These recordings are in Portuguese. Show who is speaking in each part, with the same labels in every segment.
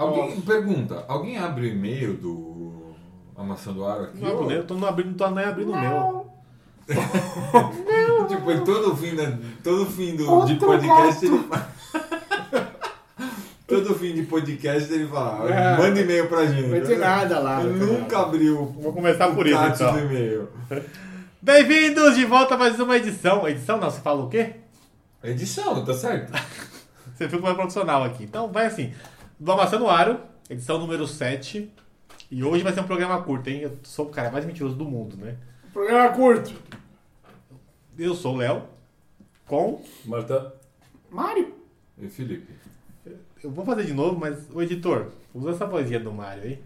Speaker 1: Alguém pergunta, alguém abre o e-mail do Amassando Aro aqui?
Speaker 2: Não abre o meu, eu tô não abrindo, não tô nem abrindo o meu.
Speaker 1: Ou, tipo, em todo fim, da, todo fim do, de
Speaker 3: Outro
Speaker 1: podcast
Speaker 3: gato.
Speaker 1: ele fala. todo fim de podcast ele fala,
Speaker 2: É.
Speaker 1: manda e-mail pra gente.
Speaker 3: Vai ter nada lá,
Speaker 1: Ele
Speaker 3: vai ter
Speaker 1: nunca abriu.
Speaker 2: né, Vou começar por isso,
Speaker 1: chat
Speaker 2: então.
Speaker 1: do e-mail.
Speaker 2: Bem-vindos de volta a mais uma edição. Edição não, você fala o quê?
Speaker 1: Edição, tá certo?
Speaker 2: Você fica mais profissional aqui. Então vai assim. Do Amassando o Aro, edição número 7. E hoje vai ser um programa curto, hein? Eu sou o cara mais mentiroso do mundo, né?
Speaker 3: Programa curto.
Speaker 2: Eu sou o Léo. Com.
Speaker 4: Marta,
Speaker 3: Mário?
Speaker 1: E Felipe.
Speaker 2: Eu vou fazer de novo, mas o editor, usa essa vozinha do Mário aí.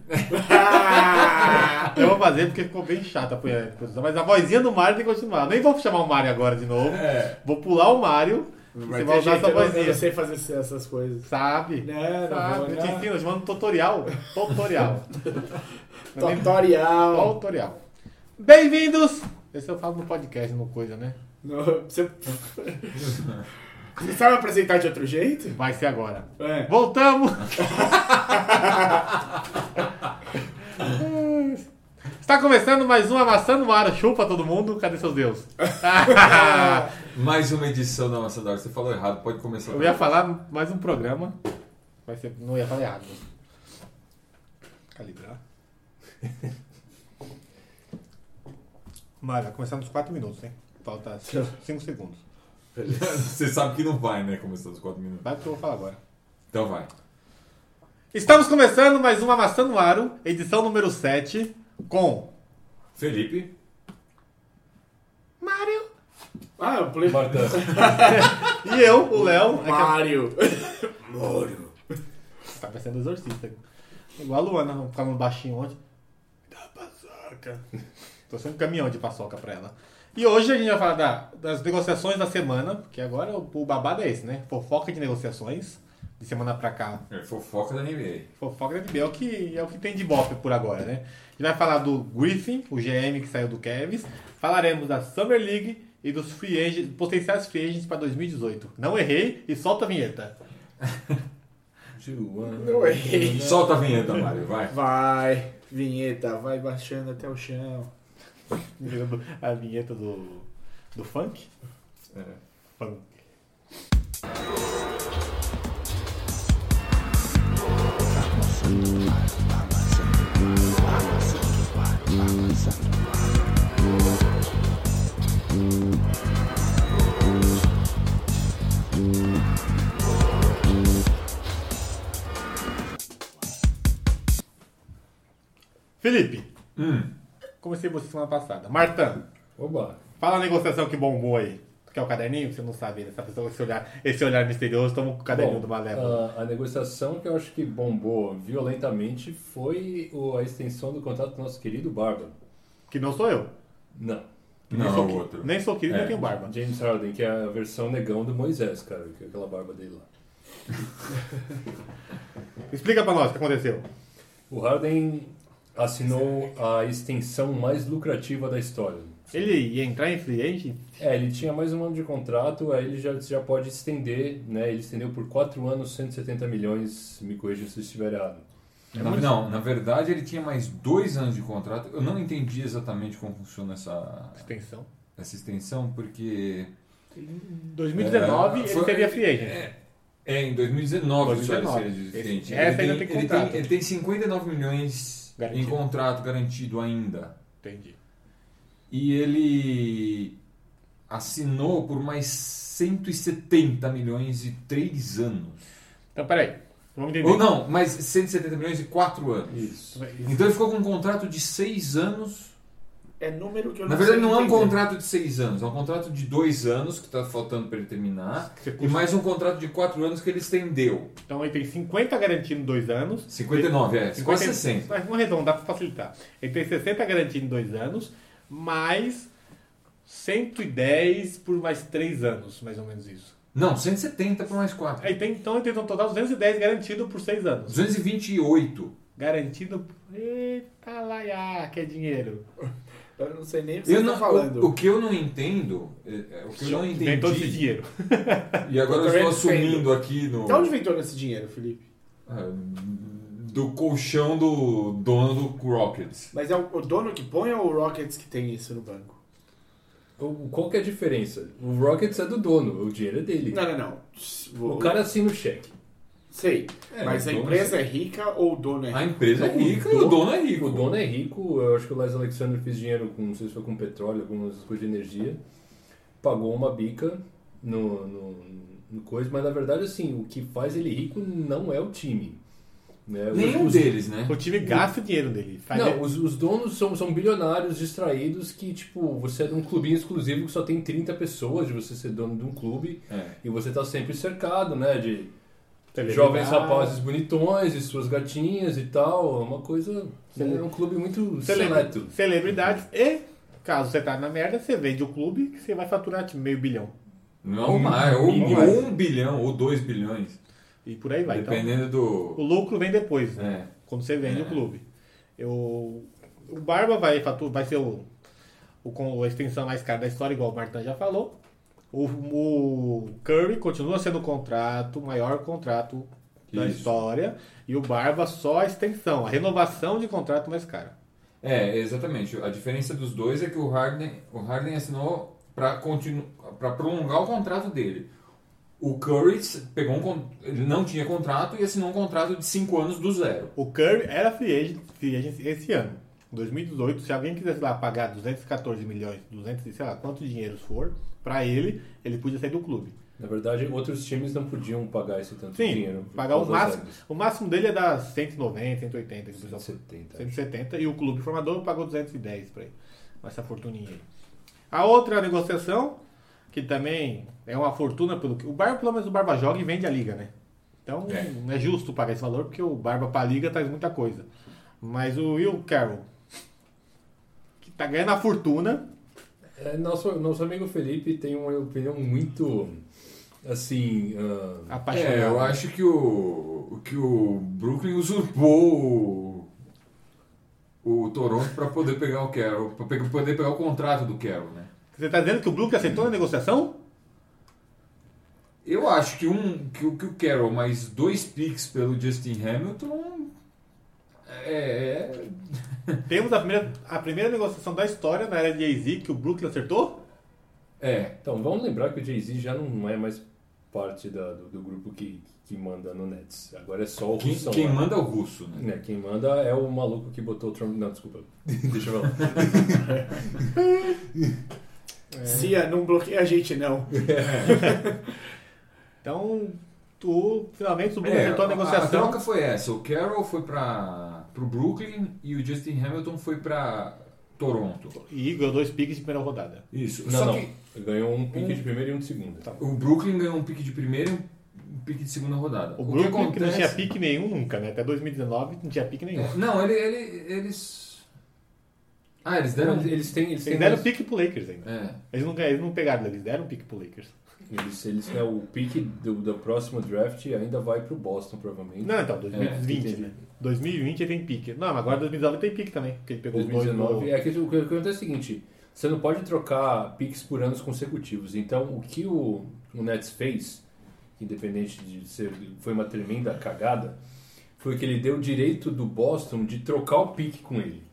Speaker 2: Eu vou fazer porque ficou bem chata a punha- mas a vozinha do Mário tem que continuar. Nem vou chamar o Mário agora de novo.
Speaker 1: É.
Speaker 2: Vou pular o Mário. e Você vai usar essa
Speaker 3: eu, não- eu
Speaker 2: vozinha.
Speaker 3: não sei fazer esse- essas coisas.
Speaker 2: Sabe?
Speaker 3: Não, não
Speaker 2: Sabe?
Speaker 3: vou,
Speaker 2: eu te
Speaker 3: não.
Speaker 2: ensino, eu te mando um tutorial. Tutorial. Eu nem-
Speaker 3: Tutorial.
Speaker 2: tutorial. Bem-vindos! Esse eu falo no podcast, no coisa, né?
Speaker 3: Não, você... você sabe apresentar de outro jeito?
Speaker 2: Vai ser agora.
Speaker 3: É.
Speaker 2: Voltamos! Está começando mais um Amassando o Aro. Chupa todo mundo. Cadê seus deus?
Speaker 1: Mais uma edição da Amassando Aro. Você falou errado, pode começar.
Speaker 2: Eu ia falar mais um programa. Vai ser, não ia falar errado. Calibrar. Mário, vai começar nos 4 minutos, hein? Falta 5 segundos.
Speaker 1: Você sabe que não vai, né? Começando os 4 minutos.
Speaker 2: Vai porque eu vou falar agora.
Speaker 1: Então vai.
Speaker 2: Estamos começando mais uma Maçã no Aro, edição número 7, com
Speaker 1: Felipe.
Speaker 2: Mário
Speaker 3: Ah, eu pulei.
Speaker 4: Marta,
Speaker 2: e eu, o Léo. É que a-
Speaker 3: Mário. Mário.
Speaker 2: Tá parecendo exorcista. Igual a Luana, falando baixinho ontem. Me dá uma paçoca. Tô sendo um caminhão de paçoca pra ela. E hoje a gente vai falar da- das negociações da semana, porque agora o, o babado é esse, né? Fofoca de negociações, de semana pra cá.
Speaker 1: É, fofoca da NBA.
Speaker 2: Fofoca da NBA é o que, é o que tem de bofe por agora, né? A gente vai falar do Griffin, o GM que saiu do Cavs. Falaremos da Summer League e dos free agents, potenciais free agents pra 2018. Não errei e solta a vinheta.
Speaker 4: Joana.
Speaker 3: Não errei.
Speaker 1: Solta a vinheta, Mário, vai.
Speaker 3: Vai, vinheta, vai baixando até o chão.
Speaker 2: A vinheta do, do funk? Funk. Felipe,
Speaker 1: Hum.
Speaker 2: comecei você semana passada. Martã,
Speaker 4: Oba.
Speaker 2: Fala a negociação que bombou aí. Que é o caderninho, que você não sabe, essa pessoa, esse olhar, esse olhar misterioso, toma o caderninho
Speaker 4: Bom,
Speaker 2: do Malévola.
Speaker 4: A, a negociação que eu acho que bombou violentamente foi o- a extensão do contrato do nosso querido Bárbaro.
Speaker 1: ah.
Speaker 2: Que não sou eu.
Speaker 4: Não.
Speaker 1: Não, é
Speaker 2: sou
Speaker 1: o
Speaker 2: que-
Speaker 1: outro.
Speaker 2: Nem sou querido,
Speaker 1: É.
Speaker 2: nem tenho barba.
Speaker 4: James Harden, que é a versão negão do Moisés, cara, que é aquela barba dele lá.
Speaker 2: Explica pra nós o que aconteceu.
Speaker 4: O Harden assinou a extensão mais lucrativa da história.
Speaker 2: Ele ia entrar em free agent?
Speaker 4: É, ele tinha mais um ano de contrato, aí ele já, já pode estender, né? Ele estendeu por 4 anos 170 milhões, me corrija se eu estiver errado.
Speaker 1: Na- não, na verdade ele tinha mais dois anos de contrato. Eu não entendi exatamente como funciona essa,
Speaker 2: Extensão.
Speaker 1: essa extensão, porque
Speaker 2: Em 2019
Speaker 1: É,
Speaker 2: ele
Speaker 1: foi-
Speaker 2: seria free agent.
Speaker 1: é em 2019, isso
Speaker 2: 2019.
Speaker 1: era ser existente.
Speaker 2: Essa
Speaker 1: ele,
Speaker 2: ainda
Speaker 1: tem,
Speaker 2: tem
Speaker 1: ele,
Speaker 2: contrato.
Speaker 1: tem, ele tem 59 milhões
Speaker 2: Garantido.
Speaker 1: em contrato garantido ainda.
Speaker 2: Entendi.
Speaker 1: E ele assinou por mais 170 milhões e 3 anos.
Speaker 2: Então peraí. Vamos entender. é
Speaker 1: Ou não, mais 170 milhões e 4 anos.
Speaker 4: Isso.
Speaker 1: Então ele ficou com um contrato de 6 anos
Speaker 3: É número que eu não
Speaker 1: Na verdade,
Speaker 3: sei
Speaker 1: não é um
Speaker 3: entender.
Speaker 1: contrato de seis anos, é um contrato de dois anos que está faltando para ele terminar. E mais um contrato de quatro anos que ele estendeu.
Speaker 2: Então ele tem 50 garantido em dois anos.
Speaker 1: 59, é, quase 60.
Speaker 2: Mas vamos arredondar para facilitar. Ele tem 60 garantido em dois anos, mais 110 por mais três anos, mais ou menos isso.
Speaker 1: Não, 170 por mais quatro.
Speaker 3: É
Speaker 2: Aí tem, então ele tem no total 210 garantido por seis anos.
Speaker 1: 228.
Speaker 2: Garantido. por- Eita laiá, que é dinheiro.
Speaker 3: Eu não sei nem o que
Speaker 1: Eu
Speaker 3: vocês
Speaker 1: não,
Speaker 3: estão
Speaker 1: o,
Speaker 3: falando.
Speaker 1: o que eu não entendo, é, é, o que eu não
Speaker 2: Que Vem todo esse
Speaker 1: entendi,
Speaker 2: dinheiro.
Speaker 1: e agora eu
Speaker 3: Eu também
Speaker 1: estou
Speaker 3: não entendo.
Speaker 1: assumindo
Speaker 3: Então
Speaker 1: aqui no.
Speaker 3: De onde vem todo esse dinheiro, Felipe?
Speaker 1: Ah, hum, do colchão do dono do Rockets.
Speaker 3: Mas é o, o dono que põe ou o Rockets que tem isso no banco?
Speaker 4: O- Qual que é a diferença? O Rockets é do dono, o dinheiro é dele.
Speaker 3: Não, não, não.
Speaker 4: O cara assina o cheque.
Speaker 3: Sei.
Speaker 1: É,
Speaker 3: mas a
Speaker 1: o dono-
Speaker 3: empresa é rica ou o dono é
Speaker 1: A
Speaker 3: rico?
Speaker 1: empresa é rica e o dono é rico.
Speaker 4: O dono é rico, eu acho que o Les Alexander fez dinheiro com, não sei se foi com petróleo, algumas coisas de energia. Pagou uma bica no, no, no coisa, mas na verdade, assim, o que faz ele rico não é o time. Né? Os-
Speaker 1: Nenhum
Speaker 4: os-
Speaker 1: deles, né?
Speaker 2: O time gasta o dinheiro dele. Faz
Speaker 4: Não, os, os donos são, são bilionários distraídos que, tipo, você é de um clubinho exclusivo que só tem 30 pessoas de você ser dono de um clube
Speaker 1: É.
Speaker 4: e você tá sempre cercado, né, de
Speaker 2: Televisão.
Speaker 4: jovens rapazes bonitões e suas gatinhas e tal. É uma coisa... né, é um clube muito
Speaker 2: Celebra-
Speaker 4: seleto.
Speaker 2: celebridades e, caso você tá na merda, você vende o clube que você vai faturar tipo, meio bilhão.
Speaker 1: Não mais, ou,
Speaker 4: mínimo.
Speaker 1: ou um bilhão, ou dois bilhões.
Speaker 2: E por aí vai. Então,
Speaker 1: dependendo
Speaker 2: o lucro vem depois,
Speaker 1: do.
Speaker 2: né?
Speaker 1: É.
Speaker 2: Quando você vende o clube. Eu, o Barba vai faturar, vai ser o, o, com- a extensão mais cara da história, igual o Martin já falou. O, o Curry continua sendo o contrato, o maior contrato da
Speaker 1: Isso.
Speaker 2: história. E o Barba só a extensão, a renovação de contrato mais cara.
Speaker 1: É, exatamente. A diferença dos dois é que o Harden, o Harden assinou para prolongar o contrato dele. O Curry pegou um, con- ele não tinha contrato e assinou um contrato de 5 anos do zero.
Speaker 2: O Curry era free agent, free agent esse ano. 2018, se alguém quisesse lá pagar 214 milhões, 200 e sei lá quanto dinheiro for, pra ele, ele podia sair do clube.
Speaker 4: Na verdade, outros times não podiam pagar esse tanto de
Speaker 2: Sim,
Speaker 4: dinheiro. por
Speaker 2: pagar o
Speaker 4: causa das
Speaker 2: máximo.
Speaker 4: regras.
Speaker 2: O máximo dele é dar 190, 180, que o pessoal
Speaker 4: 170.
Speaker 2: 170 e o clube formador pagou 210 para ele. Essa fortuninha aí. A outra negociação, que também é uma fortuna pelo que. O Barba, pelo menos o Barba joga e vende a liga, né? Então
Speaker 1: É.
Speaker 2: não é justo pagar esse valor, porque o Barba pra liga traz muita coisa. Mas o Will Carroll, que tá ganhando a fortuna,
Speaker 4: É, nosso, nosso amigo Felipe tem uma opinião muito, assim... ah,
Speaker 2: apaixonado.
Speaker 1: É, eu acho que o que o Brooklyn usurpou o, o Toronto para poder pegar o Carroll, para poder pegar o contrato do Carroll, né?
Speaker 2: Você tá dizendo que o Brook aceitou a negociação?
Speaker 1: Eu acho que um que, o- que o Carroll mais dois picks pelo Justin Hamilton é, é-
Speaker 2: Temos a primeira, a primeira negociação da história na era de Jay-Z que o Brook acertou?
Speaker 1: É,
Speaker 4: Então, vamos lembrar que o Jay-Z já não é mais parte da- do, do grupo que, que manda no Nets. Agora é só o
Speaker 1: quem,
Speaker 4: Russão.
Speaker 1: quem
Speaker 4: lá.
Speaker 1: manda é o russo, né?
Speaker 4: Né, quem manda é o maluco que botou o Trump... Não, desculpa. Deixa eu falar.
Speaker 3: Cia, não bloqueia a gente, não.
Speaker 2: Então, tu, finalmente o Brook
Speaker 1: É,
Speaker 2: acertou a negociação.
Speaker 1: A troca foi essa. O Carroll foi para o Brooklyn e o Justin Hamilton foi para Toronto.
Speaker 2: E ganhou dois piques de primeira rodada.
Speaker 1: Isso.
Speaker 4: Não,
Speaker 1: Só
Speaker 4: não.
Speaker 1: que
Speaker 4: Ganhou um pique de primeira e um de segunda.
Speaker 2: Tá.
Speaker 1: o Brooklyn ganhou um pique de primeira e um pique de segunda rodada.
Speaker 2: O,
Speaker 1: que
Speaker 2: Brooklyn que não tinha pique nenhum nunca, né? Até 2019 não tinha pique nenhum.
Speaker 1: É, Não, ele, ele- eles... Ah, eles deram...
Speaker 4: Não, eles têm... Eles, têm
Speaker 2: Eles deram
Speaker 4: mais-
Speaker 2: pique pro Lakers ainda.
Speaker 1: É.
Speaker 2: Eles não, ganharam- eles não pegaram, eles deram pique pro Lakers.
Speaker 4: Eles, eles, né, o pique do, do próximo draft ainda vai pro Boston, provavelmente.
Speaker 2: Não, então, 2020,
Speaker 4: entendi.
Speaker 2: né? 2020 ele tem pique. Não, mas agora 2019 tem pique também, porque ele pegou os dois no...
Speaker 4: 2019. É que o que acontece é o seguinte: você não pode trocar piques por anos consecutivos. Então, o que o, o Nets fez, independente de ser. foi uma tremenda cagada, foi que ele deu o direito do Boston de trocar o pique com ele.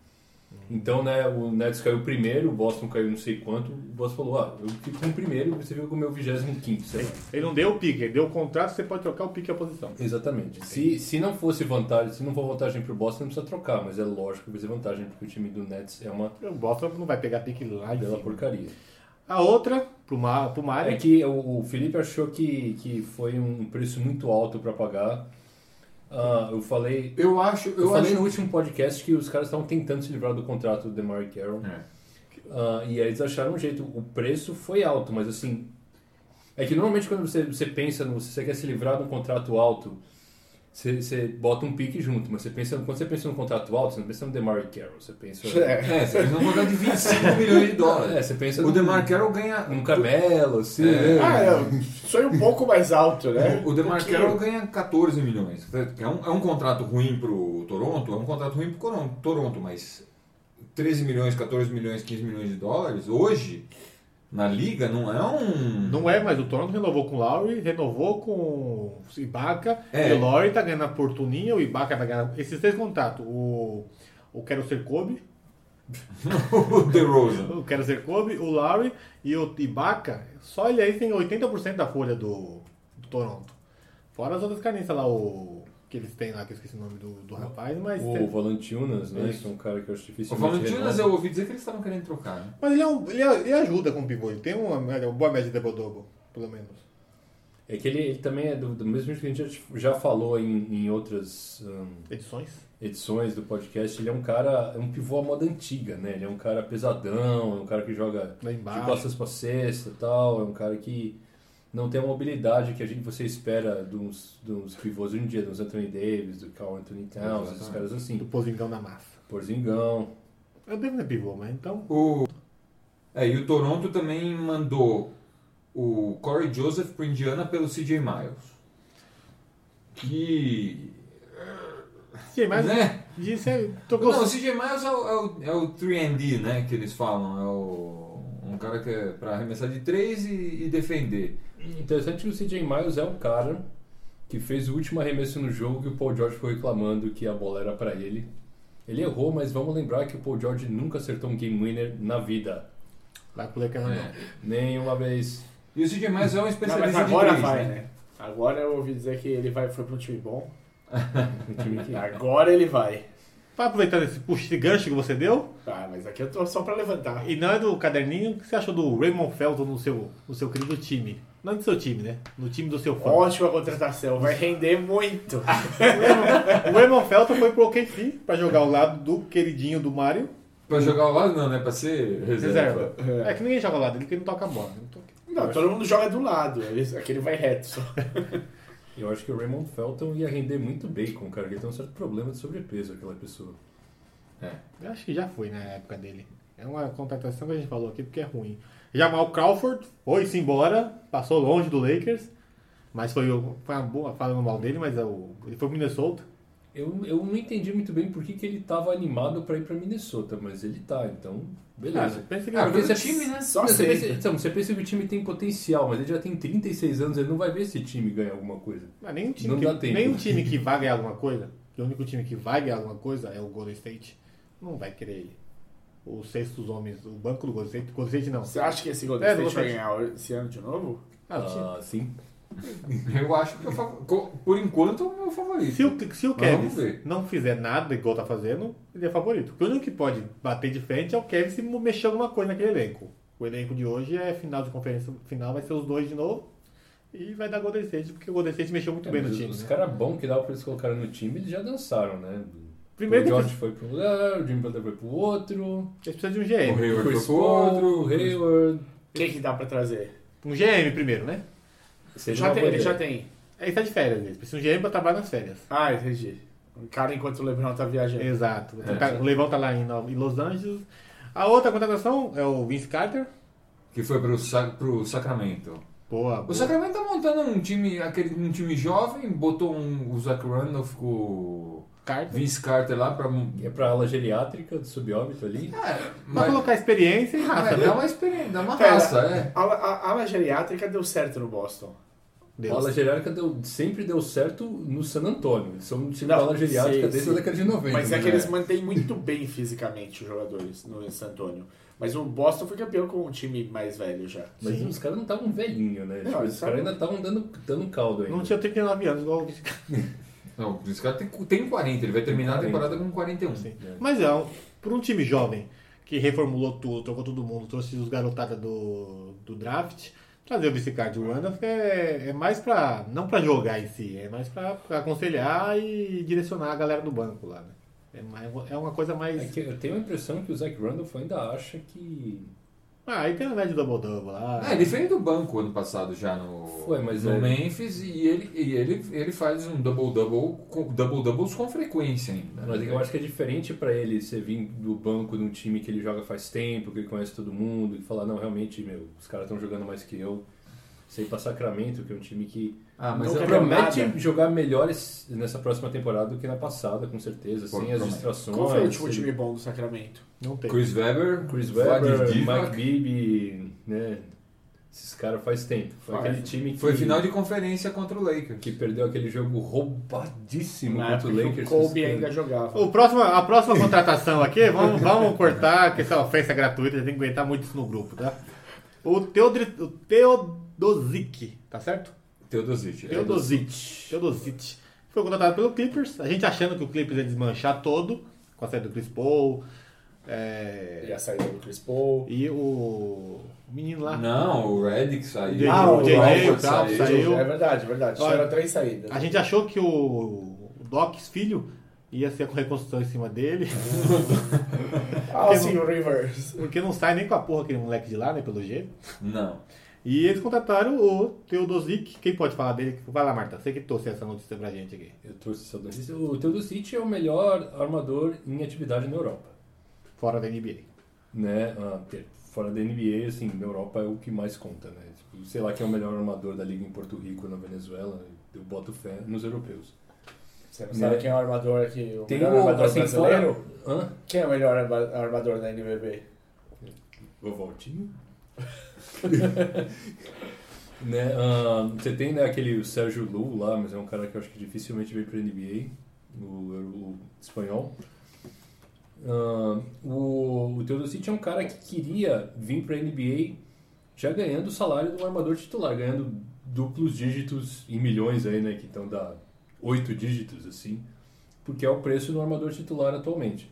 Speaker 4: Então, né, o Nets caiu primeiro, o Boston caiu não sei quanto, o Boston falou: ah, eu fico com o primeiro, você fica com o meu 25, sei lá.
Speaker 2: Ele não deu o pique, ele deu o contrato, você pode trocar o pique à posição.
Speaker 4: Exatamente. Se, se não fosse vantagem, se não for vantagem pro Boston, não precisa trocar, mas é lógico que vai ser vantagem, porque o time do Nets é uma
Speaker 2: O Boston não vai pegar pique lá de
Speaker 4: bela
Speaker 2: cima.
Speaker 4: porcaria.
Speaker 2: A outra, pro, Ma, pro Mário,
Speaker 4: É que o o Felipe achou que, que foi um preço muito alto para pagar. Ah, eu falei,
Speaker 1: Eu acho...
Speaker 4: eu
Speaker 1: Eu,
Speaker 4: falei
Speaker 1: acho...
Speaker 4: no último podcast que os caras estavam tentando se livrar do contrato do DeMar Carroll.
Speaker 1: É.
Speaker 4: Ah, e aí eles acharam um jeito. O preço foi alto, mas assim. É que normalmente quando você, você pensa, no, se você quer se livrar de um contrato alto, você, você bota um pique junto. Mas você pensa, quando você pensa num contrato alto, você não pensa no DeMar Carroll. Você pensa.
Speaker 1: É, você fez um contrato de 25 milhões de
Speaker 4: É,
Speaker 1: dólares.
Speaker 4: você pensa
Speaker 1: O
Speaker 4: num-
Speaker 1: DeMar Carroll ganha...
Speaker 4: num Carmelo, assim.
Speaker 1: É.
Speaker 4: né?
Speaker 3: Ah, eu sonho um pouco mais alto, né?
Speaker 1: O DeMar
Speaker 3: Pouquinho.
Speaker 1: Carroll ganha 14 milhões. É um, é um contrato ruim pro Toronto, é um contrato ruim pro Coron- Toronto, mas 13 milhões, 14 milhões, 15 milhões de dólares hoje na liga não é um.
Speaker 2: Não é, mas o Toronto renovou com o Lowry, renovou com o Ibaka,
Speaker 1: É.
Speaker 2: o Lowry tá ganhando a fortuninha, o Ibaka tá ganhando... Esses três contratos, o... o Quero Ser Kobe,
Speaker 1: o DeRozan.
Speaker 2: o Quero Ser Kobe, o Lowry e o Ibaka, só ele aí tem 80% da folha do, do Toronto. Fora as outras carniças lá, o... Que eles têm lá, que eu esqueci o nome do, do rapaz, mas...
Speaker 4: O Valantiunas, né?
Speaker 2: Isso.
Speaker 4: Que é um cara que eu acho
Speaker 1: O
Speaker 4: difícil.
Speaker 1: Valentinas eu ouvi dizer que eles estavam querendo trocar. né?
Speaker 2: Mas ele, é um- ele, ele ajuda com o pivô, ele tem uma, uma boa média de double-double, pelo menos.
Speaker 4: É que ele, ele também é do, do mesmo jeito que a gente já falou em, em outras hum,
Speaker 2: Edições.
Speaker 4: edições do podcast. Ele é um cara, é um pivô à moda antiga, né? Ele é um cara pesadão, é um cara que joga
Speaker 1: Tipo
Speaker 2: Lá
Speaker 4: de
Speaker 1: assim.
Speaker 2: embaixo.
Speaker 4: costas pra cesta e tal. É um cara que não tem a mobilidade que a gente, você espera de uns, de uns pivôs hoje em dia, dos Anthony Davis, do Carl Anthony Towns, esses
Speaker 1: Exatamente.
Speaker 4: caras
Speaker 2: do
Speaker 4: assim.
Speaker 2: Pozingão na massa.
Speaker 4: Porzingão.
Speaker 2: Eu devo ser pivô, mas então.
Speaker 1: O... É, e o Toronto também mandou o Corey Joseph para Indiana pelo CJ Miles. Que.
Speaker 2: Sim, mas
Speaker 1: né?
Speaker 2: disse aí, tocou.
Speaker 1: Não, o CJ Miles é o, é o, é o 3D, né? Que eles falam. É o, um cara que é para arremessar de 3 e, e defender.
Speaker 4: Interessante que o CJ Miles é um cara que fez o último arremesso no jogo que o Paul George ficou reclamando que a bola era pra ele. Ele errou, mas vamos lembrar que o Paul George nunca acertou um game winner na vida.
Speaker 2: Vai pro Lecana não.
Speaker 4: Nenhuma vez.
Speaker 1: E o CJ Miles é um
Speaker 3: Não, mas
Speaker 1: especialista
Speaker 3: agora
Speaker 1: de 3,
Speaker 3: vai,
Speaker 1: né?
Speaker 3: né? Agora eu ouvi dizer que ele vai, foi pra um time bom.
Speaker 4: Um time que-
Speaker 3: Agora ele vai.
Speaker 2: Vai aproveitar esse puxa esse gancho que você deu.
Speaker 3: Ah, mas aqui eu tô só pra levantar.
Speaker 2: E não é do caderninho. O que você achou do Raymond Felton no seu, no seu querido time? Não do seu time, né? No time do seu fã.
Speaker 3: Ótima contratação, vai render muito.
Speaker 2: O Raymond Felton foi pro OKC pra jogar ao lado do queridinho do Mario.
Speaker 1: Pra jogar o lado não, né? Pra ser reserva.
Speaker 2: Reserva. É que ninguém joga ao lado dele porque ele não toca a bola. Não toca.
Speaker 3: Não, todo mundo joga do lado. ele- Aquele vai reto só.
Speaker 4: Eu acho que o Raymond Felton ia render muito bem com o cara, que ele tem um certo problema de sobrepeso, aquela pessoa.
Speaker 2: Eu acho que já foi na época dele. É uma contratação que a gente falou aqui porque é ruim. Jamal Crawford foi-se embora, passou longe do Lakers, mas foi, o- foi uma boa falando mal dele, mas é o, ele foi pro Minnesota.
Speaker 4: Eu, eu não entendi muito bem por que, que ele tava animado pra ir pra Minnesota, mas ele tá, então, beleza.
Speaker 2: Cara, pensa que
Speaker 1: Ah,
Speaker 4: Porque
Speaker 1: porque
Speaker 4: você
Speaker 1: o time, né?
Speaker 3: Só
Speaker 4: Não, você,
Speaker 3: aceita.
Speaker 4: pensa, então, você pensa que o time tem potencial, mas ele já tem 36 anos, ele não vai ver esse time ganhar alguma coisa.
Speaker 2: mas nem um time,
Speaker 4: não
Speaker 2: que,
Speaker 4: dá tempo.
Speaker 2: nem um time que vai ganhar alguma coisa, que o único time que vai ganhar alguma coisa é o Golden State, não vai querer ele. Os sextos homens, o banco do Golden State, Golden State não.
Speaker 3: Você acha que esse Golden
Speaker 2: É,
Speaker 3: State vai
Speaker 2: Golden
Speaker 3: ganhar esse ano de novo?
Speaker 2: Ah, o time-
Speaker 4: Ah, sim.
Speaker 1: Eu acho que, é o fav- co- por enquanto, é o meu favorito.
Speaker 2: Se o, se o
Speaker 1: Mas vamos
Speaker 2: Kevs
Speaker 1: ver.
Speaker 2: não fizer nada igual tá fazendo, ele é favorito. Porque o único que pode bater de frente é o Kevs se mexer alguma coisa naquele elenco. O elenco de hoje é final de conferência, final vai ser os dois de novo. E vai dar Golden State, porque o Golden State mexeu muito
Speaker 4: É,
Speaker 2: bem
Speaker 4: mas
Speaker 2: no
Speaker 4: os
Speaker 2: time.
Speaker 4: os
Speaker 2: né?
Speaker 4: caras bons que dava pra eles colocarem no time, eles já dançaram, né?
Speaker 2: Primeiro
Speaker 4: o
Speaker 2: que
Speaker 4: George foi pra um lugar, o Jimmy Butler foi pro outro,
Speaker 2: eles precisam de um
Speaker 1: o
Speaker 2: GM.
Speaker 4: o
Speaker 1: Hayward foi
Speaker 4: Chris
Speaker 1: pro
Speaker 4: outro,
Speaker 1: outro.
Speaker 4: o Hayward.
Speaker 3: Quem que dá pra trazer?
Speaker 2: Um GM primeiro, né?
Speaker 4: Seja
Speaker 3: já
Speaker 4: uma
Speaker 3: tem,
Speaker 4: boa
Speaker 3: ele
Speaker 4: ideia.
Speaker 3: já tem.
Speaker 2: Aí tá de férias, eles precisam de um GM pra trabalhar nas férias.
Speaker 3: Ah, entendi. Um cara enquanto o Lebron tá
Speaker 1: É.
Speaker 3: viajando.
Speaker 2: Exato. O cara- O Levão tá lá em Nova- em Los Angeles. A outra contratação é o Vince Carter.
Speaker 1: Que foi pro, Sa- pro Sacramento.
Speaker 2: Boa,
Speaker 1: O
Speaker 2: boa.
Speaker 1: Sacramento tá montando um time, aquele, um time jovem, botou um, o Zach Randolph com o
Speaker 2: Carter.
Speaker 1: Vince Carter lá pra.
Speaker 4: É pra ala geriátrica do subóbito ali.
Speaker 1: É,
Speaker 2: Pra
Speaker 1: mas,
Speaker 2: colocar experiência e
Speaker 1: Ah,
Speaker 2: raça,
Speaker 1: mas dá
Speaker 2: né?
Speaker 1: uma experiência, dá uma
Speaker 3: Pera.
Speaker 1: raça, é.
Speaker 3: A, a, a ala geriátrica deu certo no Boston.
Speaker 4: A ala geriátrica deu- sempre deu certo no San Antônio. Eles são um time
Speaker 3: Não,
Speaker 4: da ala geriátrica
Speaker 3: sim,
Speaker 4: desde
Speaker 3: sim.
Speaker 4: a década de 90.
Speaker 3: Mas é
Speaker 4: né?
Speaker 3: que eles mantêm muito bem fisicamente os jogadores no San Antônio. Mas o Boston foi campeão com um time mais velho já.
Speaker 4: Mas
Speaker 2: Sim.
Speaker 4: os caras não estavam velhinho, né? Tipo,
Speaker 3: eles
Speaker 4: os caras ainda estavam dando, dando caldo ainda.
Speaker 2: Não tinha 39 anos, igual o Vince Carter.
Speaker 1: Não, esse cara tem, tem 40, ele vai terminar a
Speaker 4: 40.
Speaker 1: temporada com 41.
Speaker 2: Sim. Mas é, um- por um time jovem que reformulou tudo, trocou todo mundo, trouxe os garotada do, do draft, trazer o Vicicardi e o Randolph é, é mais pra. não pra jogar em si, é mais pra, pra aconselhar e direcionar a galera do banco lá, né? É, mais, é uma coisa mais.
Speaker 4: É que eu tenho a impressão que o Zach Randolph ainda acha que.
Speaker 2: Ah, aí tem a média double double lá.
Speaker 1: É, ele veio do banco ano passado já no,
Speaker 4: Foi, mas
Speaker 1: no
Speaker 4: é-
Speaker 1: Memphis e ele, e ele, ele faz um double-double com- double-doubles com frequência ainda. né?
Speaker 4: Mas eu acho que é diferente pra ele você vir do banco de um time que ele joga faz tempo, que ele conhece todo mundo, e falar, não, realmente, meu, os caras estão jogando mais que eu. Você ir pra Sacramento, que é um time que
Speaker 1: Ah, mas eu,
Speaker 3: Nunca vi.
Speaker 4: Promete
Speaker 3: nada.
Speaker 4: jogar melhor esse- nessa próxima temporada do que na passada, com certeza.
Speaker 1: Pô,
Speaker 4: sem as
Speaker 1: promete.
Speaker 4: distrações.
Speaker 3: Qual foi o último
Speaker 4: sem-
Speaker 3: time bom do Sacramento?
Speaker 2: Não tem.
Speaker 1: Chris Webber,
Speaker 4: Chris
Speaker 1: Vlad
Speaker 4: Webber,
Speaker 1: Divac,
Speaker 4: Mike Bibby, né? Esses caras faz tempo. Foi
Speaker 3: Faz.
Speaker 4: aquele time que,
Speaker 1: foi final de conferência contra o Lakers.
Speaker 4: que perdeu aquele jogo roubadíssimo
Speaker 3: Na época
Speaker 4: contra o
Speaker 3: que o
Speaker 4: Lakers.
Speaker 3: Kobe ainda jogava.
Speaker 2: O próximo, a próxima contratação aqui, vamos, vamos cortar, que essa ofensa é gratuita, tem que aguentar muito isso no grupo, tá? O, Teodri, o Teodosic, tá certo?
Speaker 1: Teodosic. É,
Speaker 2: Teodosic. Teodosic. Foi contratado pelo Clippers, a gente achando que o Clippers ia desmanchar todo, com a saída do Chris Paul, é,
Speaker 3: E a saída do Chris Paul.
Speaker 2: e o o menino lá.
Speaker 1: Não, o Redick saiu.
Speaker 2: Ah, o JJ
Speaker 1: Alford
Speaker 2: Taub
Speaker 1: saiu.
Speaker 2: saiu.
Speaker 3: É verdade, é verdade. Só
Speaker 2: Olha,
Speaker 3: era três saídas.
Speaker 2: A gente achou que o Docs, filho, ia ser com reconstrução em cima dele,
Speaker 3: Ah, sim, o Rivers.
Speaker 2: porque não sai nem com a porra aquele moleque de lá, né, pelo jeito.
Speaker 1: Não.
Speaker 2: E eles contrataram o Teodosic. Quem pode falar dele? Vai lá, Marta. Você que trouxe essa notícia pra gente aqui.
Speaker 4: Eu torço essa notícia. O Teodosic é o melhor armador em atividade na Europa.
Speaker 2: Fora da NBA.
Speaker 4: Né? Ah, ter- Fora da NBA, assim, na Europa é o que mais conta, né? Tipo, sei lá quem é o melhor armador da liga em Porto Rico, na Venezuela. Eu boto fé nos europeus.
Speaker 3: Você não sabe
Speaker 4: Né?
Speaker 3: quem é o armador aqui? O
Speaker 4: Tem
Speaker 3: melhor
Speaker 4: o-
Speaker 3: armador
Speaker 4: assim,
Speaker 3: brasileiro?
Speaker 4: Hã?
Speaker 3: Quem é o melhor arma- armador da NBB?
Speaker 4: O Valtinho. né, ahn, você tem né, aquele o Sérgio Lu lá, mas é um cara que eu acho que dificilmente vem para NBA, o, o espanhol. Ahn, o, o Teodosic é um cara que queria vir para NBA já ganhando o salário do armador titular, ganhando duplos dígitos em milhões aí, né, que então dá oito dígitos assim, porque é o preço do armador titular atualmente.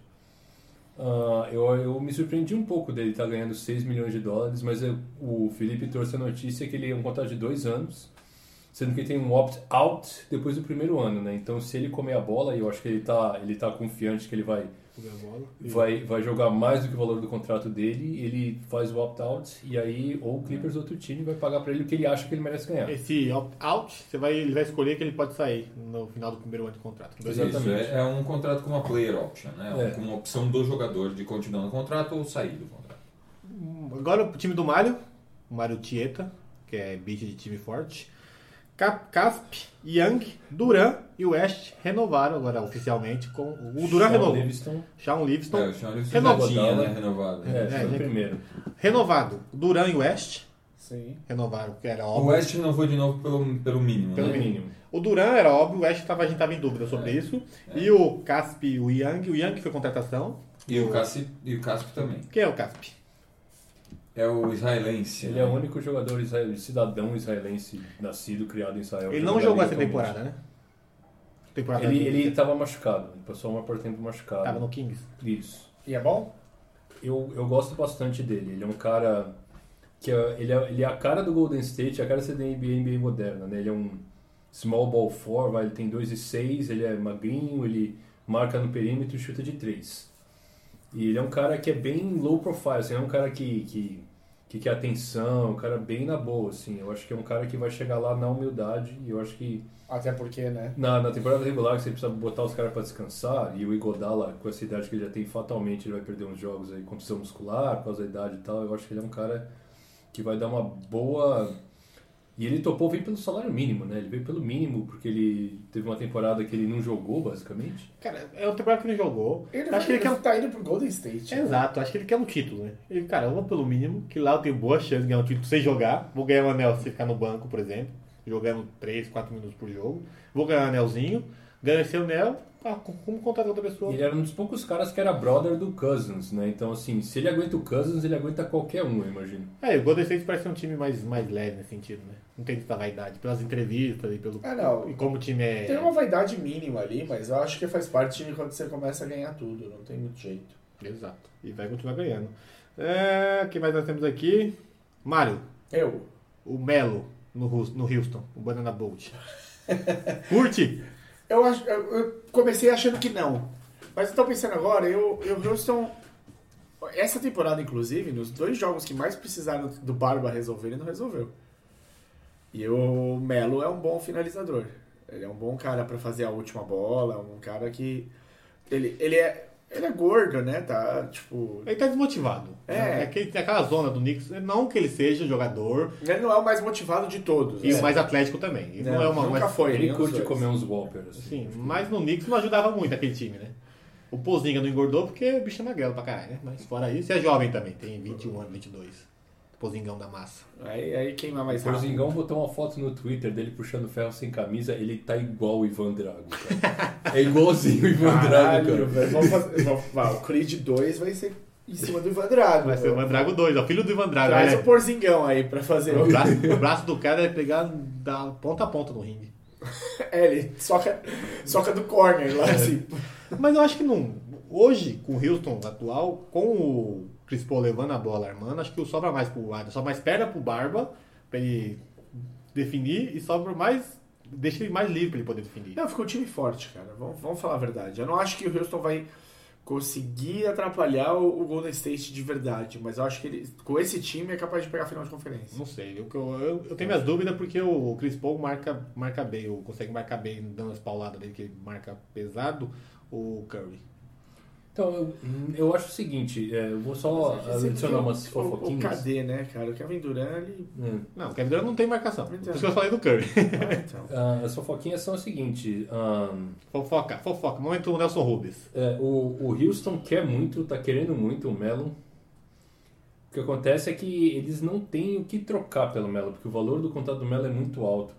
Speaker 4: Ah, eu, eu me surpreendi um pouco dele estar ganhando 6 milhões de dólares, mas eu- o Felipe trouxe a notícia que ele é um contrato de dois anos, sendo que ele tem um opt-out depois do primeiro ano, né? Então, se ele comer a bola, e eu acho que ele está ele tá confiante que ele vai, vai, vai jogar mais do que o valor do contrato dele, ele faz o opt-out e aí ou o Clippers ou outro time vai pagar para ele o que ele acha que ele merece ganhar.
Speaker 2: Esse opt-out, você vai, ele vai escolher que ele pode sair no final do primeiro ano de contrato. Dois anos.
Speaker 1: Isso, é, é um contrato com uma player option, né?
Speaker 4: É.
Speaker 1: Com uma opção do jogador de continuar no contrato ou sair do contrato.
Speaker 2: Hum, Agora o time do Mário. O Mário Tieta, que é bicho de time forte. Cap- Casp, Young, Duran e West renovaram agora oficialmente com. O Duran
Speaker 4: Sean
Speaker 2: renovou.
Speaker 4: Livingston,
Speaker 2: Sean Livingston
Speaker 1: é, o Sean Livingston
Speaker 2: renovado,
Speaker 1: já tinha, né?
Speaker 4: né?
Speaker 1: Renovado.
Speaker 4: é, foi
Speaker 2: gente.
Speaker 4: o primeiro.
Speaker 2: renovado. Duran e West
Speaker 3: Sim.
Speaker 2: renovaram, que era
Speaker 1: O
Speaker 2: óbvio.
Speaker 1: West renovou de novo pelo, pelo mínimo,
Speaker 2: Pelo
Speaker 1: né?
Speaker 4: No mínimo.
Speaker 2: O Duran era óbvio, o West tava, a gente tava em dúvida sobre
Speaker 1: É,
Speaker 2: isso.
Speaker 1: é.
Speaker 2: E o Casp, o Yang, o Yang foi contratação.
Speaker 1: E o Casp, e o Casp também.
Speaker 2: Quem é o Casp?
Speaker 1: É o israelense.
Speaker 4: Ele
Speaker 1: né?
Speaker 4: é o único jogador israelense, cidadão israelense nascido, criado em Israel.
Speaker 2: Ele
Speaker 4: que
Speaker 2: não
Speaker 4: joga
Speaker 2: jogou
Speaker 4: ali
Speaker 2: essa
Speaker 4: atualmente.
Speaker 2: temporada, né? Temporada
Speaker 4: Ele,
Speaker 2: que
Speaker 4: ele tá- tava machucado, ele passou uma por tempo machucado.
Speaker 2: tava no Kings.
Speaker 4: Isso.
Speaker 3: E é bom?
Speaker 4: Eu, eu gosto bastante dele, ele é um cara que é, ele, é, ele é a cara do Golden State, a cara da NBA, NBA moderna, né? Ele é um small ball four, vai, ele tem 2 e 6, ele é magrinho, ele marca no perímetro e chuta de 3. E ele é um cara que é bem low profile, assim, é um cara que, que, que quer atenção, um cara bem na boa, assim. Eu acho que é um cara que vai chegar lá na humildade e eu acho que
Speaker 3: Até porque, né?
Speaker 4: Na, na temporada regular, que você precisa botar os caras pra descansar, e o Igodala, com essa idade que ele já tem, fatalmente ele vai perder uns jogos aí, condição muscular, por causa da idade e tal. Eu acho que ele é um cara que vai dar uma boa. E ele topou vir pelo salário mínimo, né? Ele veio pelo mínimo, porque ele teve uma temporada que ele não jogou, basicamente.
Speaker 2: Cara, é uma temporada que ele jogou.
Speaker 3: Ele,
Speaker 2: acho que ele quer um...
Speaker 3: tá indo pro Golden State. né?
Speaker 2: Exato, acho que ele quer um título, né? Ele, cara, eu vou pelo mínimo, que lá eu tenho boa chance de ganhar um título sem jogar. Vou ganhar um anel se ficar no banco, por exemplo. Jogando 3, 4 minutos por jogo. Vou ganhar um anelzinho. Ganho esse anel, ah, como contratar outra pessoa?
Speaker 4: E ele era um dos poucos caras que era brother do Cousins, né? Então, assim, se ele aguenta o Cousins, ele aguenta qualquer um, eu imagino.
Speaker 2: É, o Golden State parece um time mais, mais leve nesse sentido, né? Não tem tanta vaidade. Pelas entrevistas e pelo.
Speaker 3: Ah, não.
Speaker 2: E como o time é.
Speaker 3: Tem uma vaidade mínima ali, mas eu acho que faz parte de quando você começa a ganhar tudo. Não tem muito jeito.
Speaker 2: Exato. E vai continuar ganhando. É, quem mais nós temos aqui? Mário,
Speaker 3: Eu.
Speaker 2: o Melo no, Hus- no Houston, o Banana Bolt. Curte?
Speaker 3: Eu, acho, eu, eu comecei achando que não. Mas eu tô pensando agora, eu, eu Houston. Essa temporada, inclusive, nos dois jogos que mais precisaram do Barba resolver, ele não resolveu. E o Melo é um bom finalizador. Ele é um bom cara pra fazer a última bola, um cara que. Ele, ele é. Ele é gordo, né? Tá, tipo.
Speaker 2: Ele tá desmotivado.
Speaker 3: É.
Speaker 2: né? aquele- tem aquela zona do Knicks. Não que ele seja jogador
Speaker 3: Ele não é o mais motivado de todos.
Speaker 2: e
Speaker 3: né?
Speaker 2: o mais atlético também. Ele
Speaker 3: Não,
Speaker 2: não é uma,
Speaker 3: nunca
Speaker 2: mas-
Speaker 3: foi.
Speaker 4: Ele
Speaker 3: nenhum
Speaker 4: curte
Speaker 3: dos dois.
Speaker 4: comer uns Whoppers. assim.
Speaker 2: Sim, mas no Knicks não ajudava muito aquele time, né? O Pozinga não engordou porque o bicho é magrelo pra caralho, né? Mas fora isso, é jovem também, tem 21 anos, 22. Pozingão da massa.
Speaker 3: Aí, aí queima mais
Speaker 4: O
Speaker 3: rápido.
Speaker 4: Zingão botou uma foto no Twitter dele puxando ferro sem camisa, ele tá igual o Ivan Drago, cara. É igualzinho o Ivan Drago,
Speaker 3: Caralho,
Speaker 4: cara.
Speaker 3: velho. Vamos fazer- vamos- vai, O Creed 2 vai ser em cima do Ivan Drago.
Speaker 2: Vai ser o
Speaker 3: velho.
Speaker 2: Mandrago 2, ó, filho do né? Ivan Drago.
Speaker 3: Traz
Speaker 2: olha
Speaker 3: o Porzingão aí pra fazer.
Speaker 2: aí. o,
Speaker 3: o-
Speaker 2: braço, o braço do cara é pegar da ponta a ponta no ringue.
Speaker 3: É, ele soca, soca do corner lá, assim.
Speaker 2: Mas eu acho que não. Hoje, com o Houston atual, com o Chris Paul levando a bola, armando, acho que o sobra mais pro Adam, sobra mais perna pro Barba, pra ele definir, e sobra mais. Deixa ele mais livre pra ele poder definir.
Speaker 3: Não, ficou um time forte, cara. Vamos, vamos falar a verdade. Eu não acho que o Houston vai conseguir atrapalhar o, o Golden State de verdade, mas eu acho que ele, com esse time, é capaz de pegar a final de conferência.
Speaker 2: Não sei, eu, eu, eu- eu tenho minhas dúvidas porque o Chris Paul marca, marca bem, ou consegue marcar bem dando as pauladas dele, que ele marca pesado, o Curry.
Speaker 4: Então, eu, eu acho o seguinte, é, eu vou
Speaker 3: Mas
Speaker 4: só
Speaker 3: é que sempre
Speaker 4: adicionar
Speaker 3: tem
Speaker 4: umas
Speaker 3: o, o, o
Speaker 4: fofoquinhas.
Speaker 3: KD, né, cara? O Kevin Durant, ele...
Speaker 4: Hum.
Speaker 2: Não, o Kevin Durant não tem marcação. Por isso que eu falei do Curry.
Speaker 3: Ah, então.
Speaker 4: Ah, as fofoquinhas são o seguinte, ahn,
Speaker 2: fofoca, fofoca. Momento Nelson Rubens.
Speaker 4: É, o, o Houston quer muito, tá querendo muito o Melo. O que acontece é que eles não têm o que trocar pelo Melo, porque o valor do contrato do Melo é muito alto.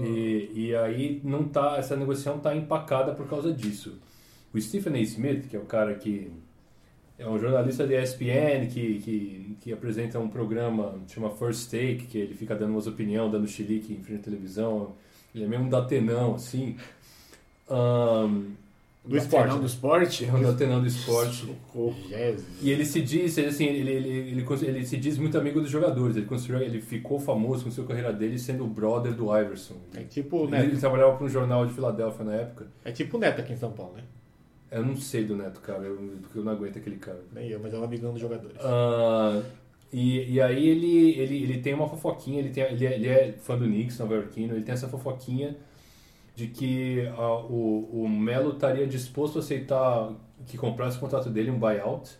Speaker 4: E, e aí não tá, essa negociação tá empacada por causa disso. O Stephen A. Smith, que é o cara que é um jornalista de ESPN que, que, que apresenta um programa que chama First Take, que ele fica dando umas opiniões, dando chilique em frente à televisão. Ele é meio um datenão, assim. Ahn,
Speaker 2: Do esporte.
Speaker 3: Não, do esporte?
Speaker 4: é um datenão do esporte.
Speaker 2: Jesus.
Speaker 4: E ele se diz, ele, assim, ele, ele, ele, cons- ele se diz muito amigo dos jogadores. Ele, construiu, ele ficou famoso com sua carreira dele sendo o brother do Iverson.
Speaker 2: É tipo o
Speaker 4: Ele,
Speaker 2: Neto.
Speaker 4: trabalhava para um jornal de Filadélfia na época.
Speaker 2: É tipo o Neto aqui em São Paulo, né?
Speaker 4: Eu não sei do Neto, cara, eu, porque eu não aguento aquele cara.
Speaker 2: Nem eu, mas é um amigão dos jogadores.
Speaker 4: Ah, e, e aí ele, ele, ele tem uma fofoquinha, ele, tem, ele, é- ele é fã do Knicks, nova iorquino, ele tem essa fofoquinha de que ah, o, o Melo estaria disposto a aceitar que comprasse o contrato dele, um buyout.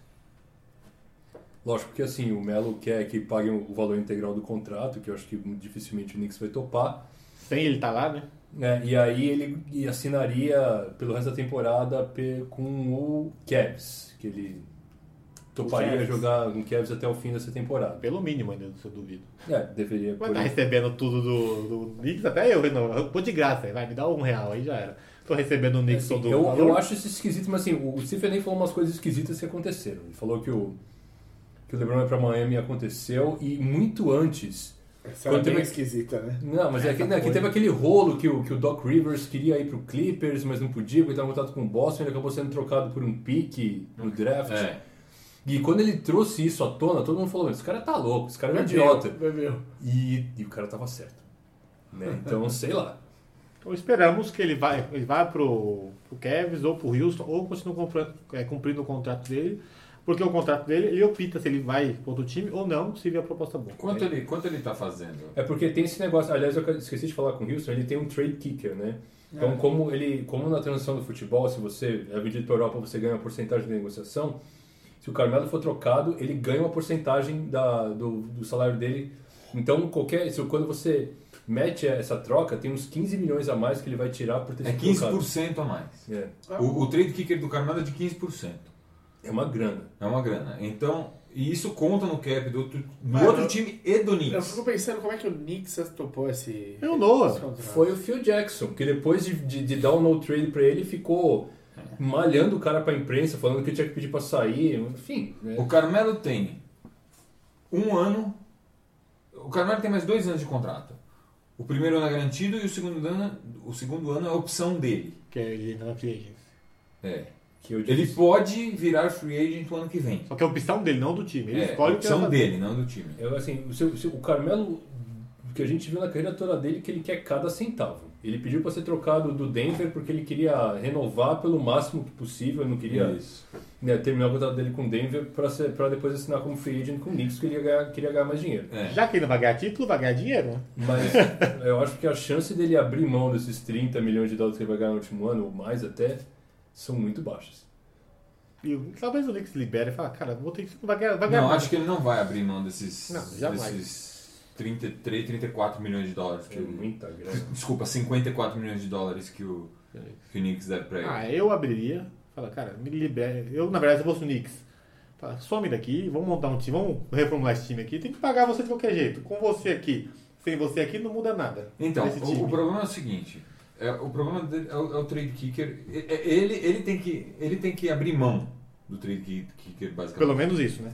Speaker 4: Lógico que assim, o Melo quer que paguem o valor integral do contrato, que eu acho que dificilmente o Knicks vai topar.
Speaker 2: Sem ele tá lá, né?
Speaker 4: Né? E aí ele e assinaria pelo resto da temporada pe- com o Cavs, que ele toparia
Speaker 3: Cavs.
Speaker 4: jogar no Cavs até o fim dessa temporada.
Speaker 2: Pelo mínimo ainda, se eu duvido.
Speaker 4: É, deveria.
Speaker 2: Mas
Speaker 4: por
Speaker 2: tá
Speaker 4: aí.
Speaker 2: recebendo tudo do, do Knicks, até eu, não. Eu tô de graça aí, vai, me dá um real aí já era. Tô recebendo o Knicks
Speaker 4: Assim,
Speaker 2: todo
Speaker 4: eu,
Speaker 2: valor.
Speaker 4: eu acho isso esquisito, mas assim, o Stephen nem falou umas coisas esquisitas que aconteceram. Ele falou que o, que o LeBron é pra Miami e aconteceu, e muito antes
Speaker 3: Essa é
Speaker 4: Quando
Speaker 3: bem
Speaker 4: teve-
Speaker 3: esquisita, né?
Speaker 4: Não, mas é que, né, que
Speaker 2: coisa.
Speaker 4: teve aquele rolo que o, que o Doc Rivers queria ir pro Clippers, mas não podia, porque estava em contato com o Boston, ele acabou sendo trocado por um pique no draft.
Speaker 1: É.
Speaker 4: E quando ele trouxe isso à tona, todo mundo falou, esse cara tá louco, esse cara é um
Speaker 3: Bebeu,
Speaker 4: idiota.
Speaker 3: Bebeu.
Speaker 4: E, e o cara tava certo. Né? Então, sei lá.
Speaker 2: Então esperamos que ele vá, ele vá pro, pro Cavs ou pro Houston ou continue comprando- é, cumprindo o contrato dele, porque o contrato dele, ele opta se ele vai pro outro time ou não, se vier a proposta boa.
Speaker 1: Quanto ele, quanto ele tá fazendo?
Speaker 4: É porque tem esse negócio, aliás, eu esqueci de falar com o Houston, ele tem um trade kicker, né? Então, como ele, como na transição do futebol, se você é vendido para Europa, você ganha uma porcentagem de negociação. Se o Carmelo for trocado, ele ganha uma porcentagem da, do, do salário dele. Então, qualquer, se, quando você mete essa troca, tem uns 15 milhões a mais que ele vai tirar por ter
Speaker 1: É
Speaker 4: sido trocado.
Speaker 1: 15% a mais.
Speaker 4: É,
Speaker 3: Tá.
Speaker 1: O, o trade kicker do Carmelo é de 15%.
Speaker 4: é uma grana.
Speaker 1: É uma grana. Então, e isso conta no cap do, outro- do
Speaker 3: Mano,
Speaker 1: outro time e do
Speaker 3: Eu
Speaker 1: Knicks.
Speaker 3: fico pensando como é que o Knicks topou esse...
Speaker 4: É
Speaker 2: Eu não.
Speaker 3: esse contrato.
Speaker 4: Foi o Phil Jackson, que depois de, de, de dar o no trade pra ele, ficou malhando o cara pra imprensa, falando que tinha que pedir pra sair, enfim. né?
Speaker 1: O Carmelo tem um ano. O Carmelo tem mais dois anos de contrato. O primeiro ano é garantido e o segundo ano, o segundo ano é a opção dele.
Speaker 2: Que ele entra na free agency.
Speaker 1: É.
Speaker 4: Que eu
Speaker 1: Ele pode virar free agent no ano que vem.
Speaker 2: Só que é a opção dele, não do time. Ele
Speaker 1: é,
Speaker 2: escolhe o que ele
Speaker 1: opção
Speaker 2: vai fazer.
Speaker 1: dele, não do time.
Speaker 4: Eu, assim, o, seu- o seu- o Carmelo, o que a gente viu na carreira toda dele, que ele quer cada centavo. Ele pediu para ser trocado do Denver porque ele queria renovar pelo máximo que possível, não queria
Speaker 1: Isso.
Speaker 4: né, terminar o contrato dele com o Denver para depois assinar como free agent com o Knicks, que ele ia ganhar, queria ganhar mais dinheiro.
Speaker 1: É.
Speaker 2: Já que ele não vai ganhar título, vai ganhar dinheiro, né?
Speaker 4: Mas eu acho que a chance dele abrir mão desses 30 milhões de dólares que ele vai ganhar no último ano, ou mais até, são muito baixas.
Speaker 2: E o- talvez o Knicks libere e fala, cara, vou ter que vai ganhar, vai ganhar
Speaker 1: Não,
Speaker 2: mais.
Speaker 1: acho que ele não vai abrir mão desses,
Speaker 2: Não, jamais.
Speaker 1: desses 33, 34 milhões de dólares. Que
Speaker 4: É
Speaker 1: o,
Speaker 4: muita grana.
Speaker 1: desculpa, 54 milhões de dólares que o, que o Knicks deve pra ele.
Speaker 2: É. Ah, eu abriria, fala, cara, me libere. Eu, na verdade, eu fosse o Knicks. Fala, some daqui, vamos montar um time, vamos reformular esse time aqui. Tem que pagar você de qualquer jeito. Com você aqui, sem você aqui, não muda nada.
Speaker 1: Então,
Speaker 2: Esse
Speaker 1: o,
Speaker 2: time.
Speaker 1: o problema é o seguinte. é, o problema dele é o, é o trade kicker. E- é- Ele, ele, tem que, ele tem que abrir mão do trade ki- kicker, basicamente.
Speaker 2: Pelo menos isso, né?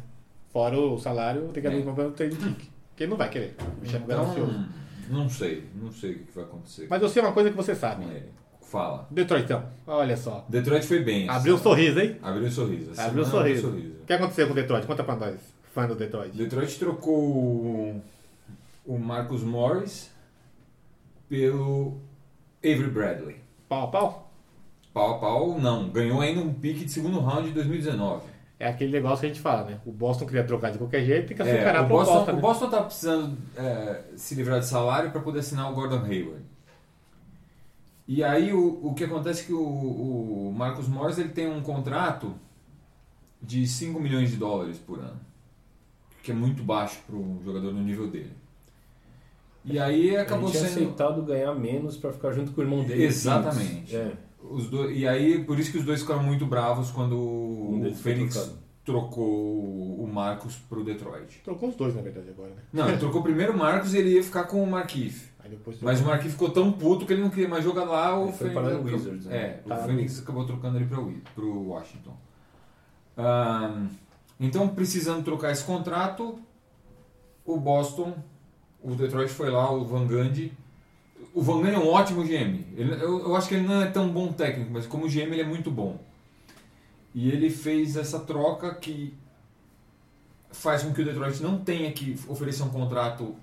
Speaker 2: Fora o salário, tem que abrir
Speaker 1: É.
Speaker 2: mão para o trade kick. Porque ele não vai querer. O bicho é ganancioso.
Speaker 1: Então, não sei. Não sei o que que vai acontecer
Speaker 2: Mas eu sei uma coisa que você sabe.
Speaker 1: com ele. Fala.
Speaker 2: Detroitão, olha só.
Speaker 1: Detroit foi bem. essa
Speaker 2: Abriu um sorriso, hein?
Speaker 1: semana. Abriu um sorriso. Essa
Speaker 2: Abriu um
Speaker 1: semana
Speaker 2: sorriso. O que aconteceu com o Detroit? Conta pra nós, fã do Detroit.
Speaker 1: Detroit trocou o- o Marcus Morris pelo Avery Bradley.
Speaker 2: Pau a pau?
Speaker 1: Pau a pau, não. Ganhou ainda um pique de segundo round de 2019.
Speaker 2: É aquele negócio que a gente fala, né? O Boston queria trocar de qualquer jeito, tem que
Speaker 1: É,
Speaker 2: açucarar a
Speaker 1: o, Boston,
Speaker 2: proposta.
Speaker 1: o
Speaker 2: né?
Speaker 1: Boston tá precisando é, se livrar de salário para poder assinar o Gordon Hayward. E aí o, o que acontece é que o, o Marcus Morris ele tem um contrato de 5 milhões de dólares por ano, que é muito baixo para um jogador do nível dele. E aí acabou
Speaker 4: Ele tinha
Speaker 1: sendo
Speaker 4: aceitado ganhar menos pra ficar junto com o irmão dele.
Speaker 1: Exatamente.
Speaker 4: É.
Speaker 1: os dois, e aí por isso que os dois ficaram muito bravos quando
Speaker 4: Um
Speaker 1: o
Speaker 4: deles foi
Speaker 1: Fênix
Speaker 4: trocado.
Speaker 1: trocou o Marcus pro Detroit.
Speaker 2: Trocou os dois, na verdade, agora, né?
Speaker 1: Não, ele trocou primeiro o Marcus e ele ia ficar com o Marquise.
Speaker 2: Aí depois trocou.
Speaker 1: Mas o Marquinhos ficou tão puto que ele não queria mais jogar lá. O
Speaker 4: Ele foi
Speaker 1: Phoenix
Speaker 4: parar no
Speaker 1: acabou-
Speaker 4: Wizards, né?
Speaker 1: É,
Speaker 2: Parar
Speaker 1: o
Speaker 2: no
Speaker 1: Phoenix acabou trocando ele para o Washington. Ahn, então, precisando trocar esse contrato, o Boston, o Detroit foi lá, o Van Gundy. O Van Gundy é um ótimo GM. Ele- eu, eu acho que ele não é tão bom técnico, mas como GM ele é muito bom. E ele fez essa troca que faz com que o Detroit não tenha que oferecer um contrato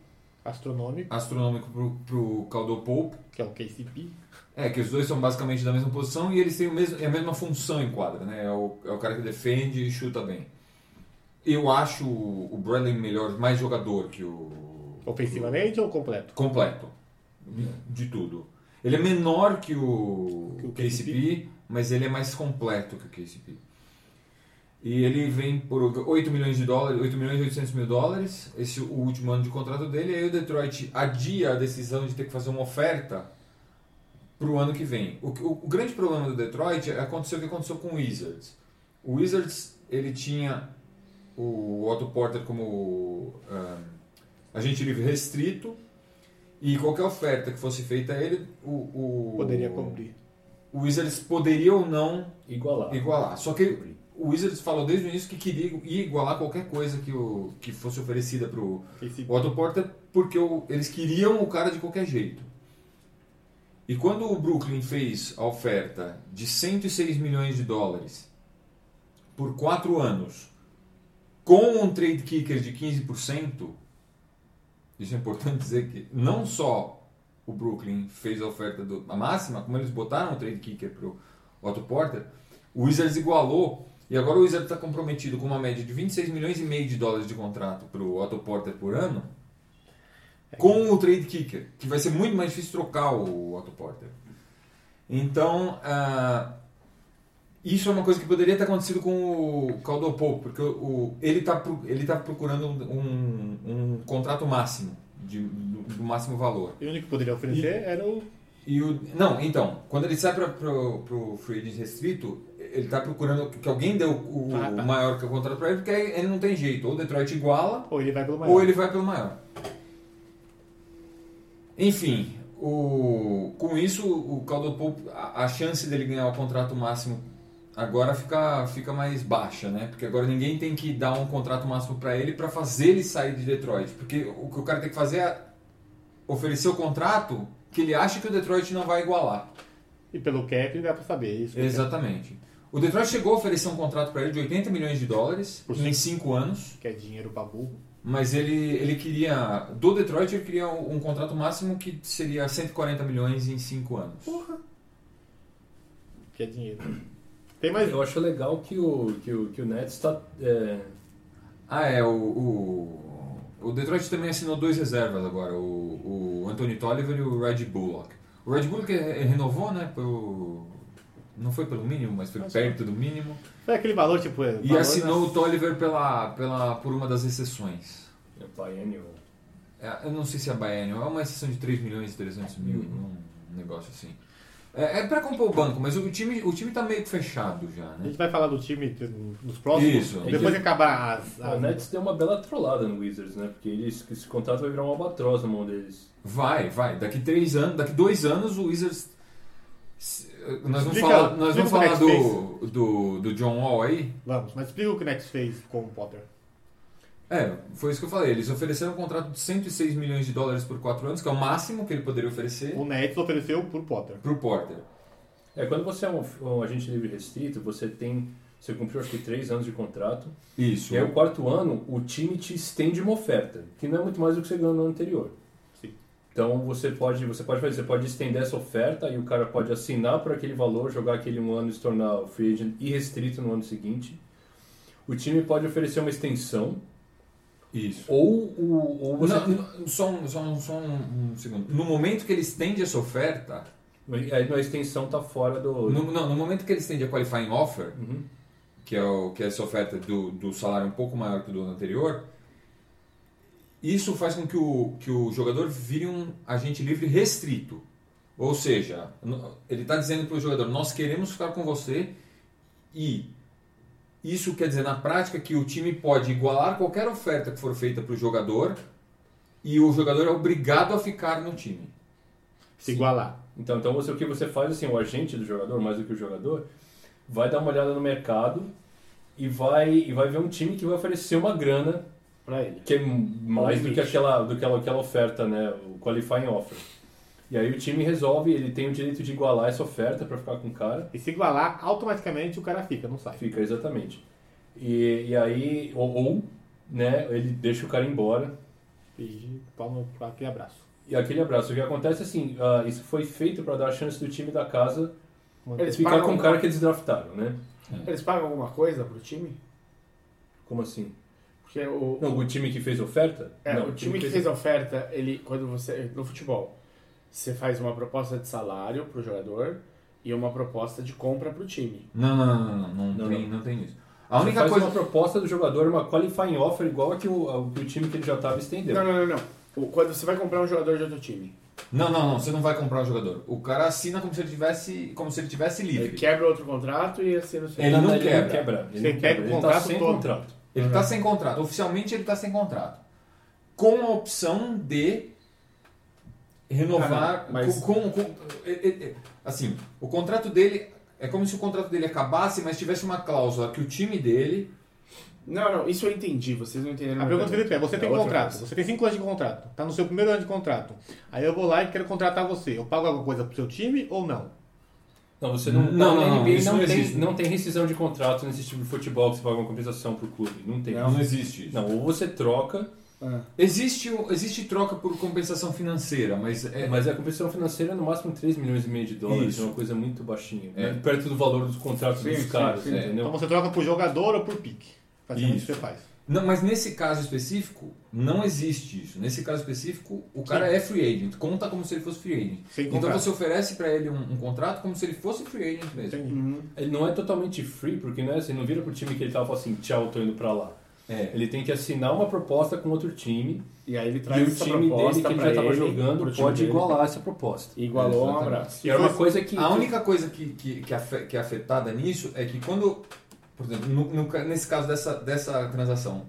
Speaker 2: Astronômico,
Speaker 1: astronômico pro, pro Caldwell Pope.
Speaker 2: que é o KCP.
Speaker 1: É, que os dois são basicamente da mesma posição e eles têm o mesmo, é a mesma função em quadra, né? É o, é o cara que defende e chuta bem. Eu acho o Bradley melhor, mais jogador que o.
Speaker 2: Ofensivamente ou completo?
Speaker 1: Completo. De, de tudo. Ele é menor que o,
Speaker 2: Que o
Speaker 1: KCP,
Speaker 2: KCP,
Speaker 1: mas ele é mais completo que o KCP. E ele vem por 8 milhões de dólares, 8 milhões e 800 mil dólares, esse é o último ano de contrato dele, aí o Detroit adia a decisão de ter que fazer uma oferta pro ano que vem. O, que- o- o grande problema do Detroit é aconteceu o que aconteceu com o Wizards. O Wizards, ele tinha o Otto Porter como ah, agente livre restrito, e qualquer oferta que fosse feita a ele, o, o,
Speaker 2: Poderia cumprir.
Speaker 1: o Wizards poderia ou não
Speaker 4: Igualar.
Speaker 1: igualar. Só que o Wizards falou desde o início que queria ir igualar qualquer coisa que, o, que fosse oferecida pro
Speaker 2: KCP.
Speaker 1: o Otto Porter, porque o- eles queriam o cara de qualquer jeito. E quando o Brooklyn fez a oferta de 106 milhões de dólares por 4 anos, com um trade kicker de 15%, isso é importante dizer que não só o Brooklyn fez a oferta do, a máxima, como eles botaram o trade kicker para o Otto Porter, o Wizards igualou e agora o Wizards está comprometido com uma média de 26 milhões e meio de dólares de contrato para o Otto Porter por ano com o trade kicker, que vai ser muito mais difícil trocar o Otto Porter. Então, ah, isso é uma coisa que poderia ter acontecido com o Caldwell Pope, porque o, o- ele está ele tá procurando um, um- um contrato máximo, de, do- do máximo valor.
Speaker 2: E o único que poderia oferecer era o.
Speaker 1: E o, não, então, quando ele sai para o free agent restrito, ele está procurando que alguém dê o, o
Speaker 2: Ah, tá.
Speaker 1: maior que o contrato para ele, porque aí ele não tem jeito. Ou o Detroit iguala,
Speaker 2: Ou ele vai pelo maior.
Speaker 1: ou ele vai pelo maior. Enfim, o, com isso, o Caldwell Pope, a, a chance dele ganhar o contrato máximo agora fica, fica mais baixa, né? Porque agora ninguém tem que dar um contrato máximo para ele para fazer ele sair de Detroit. Porque o que o cara tem que fazer é oferecer o contrato que ele acha que o Detroit não vai igualar.
Speaker 2: E pelo cap dá pra saber é isso.
Speaker 1: Exatamente. O Detroit chegou a oferecer um contrato para ele de 80 milhões de dólares
Speaker 2: Por
Speaker 1: em 5 anos.
Speaker 2: Que é dinheiro pra burro.
Speaker 1: Mas ele, ele queria. Do Detroit, ele queria um, um contrato máximo que seria 140 milhões em 5 anos.
Speaker 2: Que é dinheiro. Tem mais
Speaker 4: Mas eu acho legal que o, que o, que o Nets tá, é, está.
Speaker 1: Ah, é, o, o. o Detroit também assinou dois reservas agora, o, o Anthony Tolliver e o Red Bullock. O Red Bullock eh, renovou, né? Pro, Não foi pelo mínimo, mas foi perto do mínimo.
Speaker 2: Foi aquele valor, tipo.
Speaker 1: E
Speaker 2: valor,
Speaker 1: assinou
Speaker 2: né?
Speaker 1: o Tolliver pela, pela, por uma das exceções.
Speaker 4: É biennial.
Speaker 1: É, eu não sei se é biennial, é uma exceção de 3 milhões e 300 mil, um negócio assim. É, é pra compor o banco, mas o time, o time tá meio que fechado já,
Speaker 2: A
Speaker 1: né?
Speaker 2: gente vai falar do time nos próximos.
Speaker 1: Isso.
Speaker 2: Depois que acabar as.
Speaker 4: O
Speaker 2: as-
Speaker 4: Nets deu uma bela trollada no Wizards, né? Porque eles, esse contrato vai virar um albatroz na mão deles.
Speaker 1: Vai, vai. Daqui três anos, daqui dois anos o Wizards. se- Nós vamos
Speaker 2: Explica-
Speaker 1: falar, nós
Speaker 2: explica
Speaker 1: vamos
Speaker 2: como é
Speaker 1: falar
Speaker 2: que
Speaker 1: do, do, do John Wall aí.
Speaker 2: Vamos, mas explica o que o Nets fez com o Potter.
Speaker 1: É, foi isso que eu falei. Eles ofereceram um contrato de 106 milhões de dólares por quatro anos, que é o máximo que ele poderia oferecer,
Speaker 2: O Nets ofereceu por Potter.
Speaker 1: pro Porter.
Speaker 4: É, quando você é um, um agente livre restrito, você tem. Você cumpriu acho que três anos de contrato.
Speaker 1: Isso.
Speaker 4: E aí é o quarto ano, o time te estende uma oferta, que não é muito mais do que você ganhou no ano anterior.
Speaker 2: Sim.
Speaker 4: Então você pode, você pode fazer, você pode estender essa oferta e o cara pode assinar por aquele valor, jogar aquele um ano e se tornar free agent irrestrito no ano seguinte. O time pode oferecer uma extensão,
Speaker 1: Isso.
Speaker 4: ou, o- ou você.
Speaker 1: Não, não, só um, só, um, só um, um segundo. No momento que ele estende essa oferta,
Speaker 4: Aí a extensão tá fora do.
Speaker 1: no, não, no momento que ele estende a qualifying offer,
Speaker 4: Uhum.
Speaker 1: que é, o, que é essa oferta do, do salário um pouco maior que o do ano anterior, isso faz com que o, que o jogador vire um agente livre restrito. Ou seja, no- ele está dizendo para o jogador: nós queremos ficar com você e. Isso quer dizer na prática que o time pode igualar qualquer oferta que for feita para o jogador e o jogador é obrigado a ficar no time.
Speaker 2: Se igualar.
Speaker 4: Então, então você, o que você faz, assim, o agente do jogador, mais do que o jogador, vai dar uma olhada no mercado e vai, e vai ver um time que vai oferecer uma grana
Speaker 3: Pra ele.
Speaker 4: que é mais do que aquela, do que aquela, aquela oferta, né? O qualifying offer. E aí o time resolve, ele tem o direito de igualar essa oferta para ficar com o cara.
Speaker 2: E se igualar, automaticamente o cara fica, não sai.
Speaker 4: Fica, exatamente. E, e aí, ou, ou, né, ele deixa o cara embora.
Speaker 2: E palma pra aquele abraço.
Speaker 4: E aquele abraço. O que acontece é assim, ah, isso foi feito para dar a chance do time da casa
Speaker 3: Eles
Speaker 4: ficar
Speaker 3: pagam, um
Speaker 4: com o cara que eles draftaram, né?
Speaker 3: eles pagam alguma coisa pro time?
Speaker 4: Como assim?
Speaker 3: Porque o,
Speaker 4: Não, o time que fez oferta?
Speaker 3: é,
Speaker 4: Não,
Speaker 3: o time que fez a oferta, ele, quando você. No futebol, você faz uma proposta de salário pro jogador e uma proposta de compra pro time.
Speaker 1: Não, não, não, não, não,
Speaker 4: Não,
Speaker 1: tem, não tem isso. A
Speaker 4: Você
Speaker 1: única
Speaker 4: faz
Speaker 1: coisa.
Speaker 4: uma proposta do jogador, uma qualifying offer igual a que o, a que o time que ele já estava estendeu.
Speaker 3: Não, não, não, não. O- quando você vai comprar um jogador de outro time,
Speaker 1: Não, não, não, você não vai comprar o jogador. O cara assina como se ele tivesse, como se ele tivesse
Speaker 3: ele
Speaker 1: livre.
Speaker 3: quebra outro contrato e assina o seu.
Speaker 2: É.
Speaker 1: Ele não
Speaker 4: Ele não
Speaker 1: quebra.
Speaker 4: quebra. Ele
Speaker 2: Você
Speaker 4: não
Speaker 2: pega o
Speaker 4: Ele tá
Speaker 2: contrato
Speaker 4: sem
Speaker 2: todo.
Speaker 4: contrato.
Speaker 1: Ele está sem contrato. Oficialmente ele está sem contrato. Com a opção de renovar.
Speaker 3: Ah, não, mas-
Speaker 1: com, com- com- é, é, é, assim, o contrato dele. É como se o contrato dele acabasse, mas tivesse uma cláusula que o time dele.
Speaker 3: Não, não, isso eu entendi, vocês não entenderam.
Speaker 2: A
Speaker 3: meu
Speaker 2: pergunta do Felipe é, você
Speaker 3: É
Speaker 2: tem
Speaker 3: outra
Speaker 2: contrato,
Speaker 3: coisa.
Speaker 2: você tem 5 anos de contrato, tá no seu primeiro ano de contrato. Aí eu vou lá e quero contratar você. Eu pago alguma coisa pro seu time ou não?
Speaker 4: Não, você
Speaker 1: Não,
Speaker 4: não. na
Speaker 1: não, não,
Speaker 4: NBA
Speaker 1: isso não
Speaker 4: tem,
Speaker 1: existe.
Speaker 4: não tem rescisão de contrato nesse tipo de futebol que você paga uma compensação pro clube. Não tem.
Speaker 1: existe isso.
Speaker 4: Não, ou você troca,
Speaker 3: Ah.
Speaker 1: Existe, o- existe troca por compensação financeira, mas é,
Speaker 4: mas a compensação financeira é no máximo 3 milhões e meio de dólares,
Speaker 1: Isso.
Speaker 4: é uma coisa muito baixinha. né?
Speaker 1: É.
Speaker 4: Perto do valor dos contratos
Speaker 3: Sim,
Speaker 4: dos
Speaker 3: sim,
Speaker 4: caras,
Speaker 3: sim.
Speaker 4: entendeu?
Speaker 2: Então você troca por jogador ou por pique. Praticamente
Speaker 1: Isso.
Speaker 2: você faz.
Speaker 1: Não, mas nesse caso específico, não existe isso. Nesse caso específico, o cara é free agent, conta como se ele fosse free agent.
Speaker 2: Sem
Speaker 1: então
Speaker 2: contrato.
Speaker 1: você oferece pra ele um, um contrato como se ele fosse free agent mesmo.
Speaker 2: Entendi.
Speaker 3: Uhum.
Speaker 4: Ele não é totalmente free, porque né, você não vira pro time que ele tava e fala assim, tchau, tô indo pra lá.
Speaker 1: É.
Speaker 4: Ele tem que assinar uma proposta com outro time
Speaker 3: E aí ele traz
Speaker 4: e o
Speaker 3: essa
Speaker 4: time dele
Speaker 3: proposta
Speaker 4: que ele
Speaker 3: pra
Speaker 4: já tava
Speaker 3: ele,
Speaker 4: jogando
Speaker 3: pro time
Speaker 4: pode
Speaker 3: dele.
Speaker 4: igualar essa proposta.
Speaker 3: E Igualou um
Speaker 1: Exatamente.
Speaker 3: abraço.
Speaker 4: E era uma coisa que.
Speaker 1: A única coisa que, que, que, afe- que é afetada nisso é que quando, por exemplo, no- no ca- nesse caso dessa, dessa transação,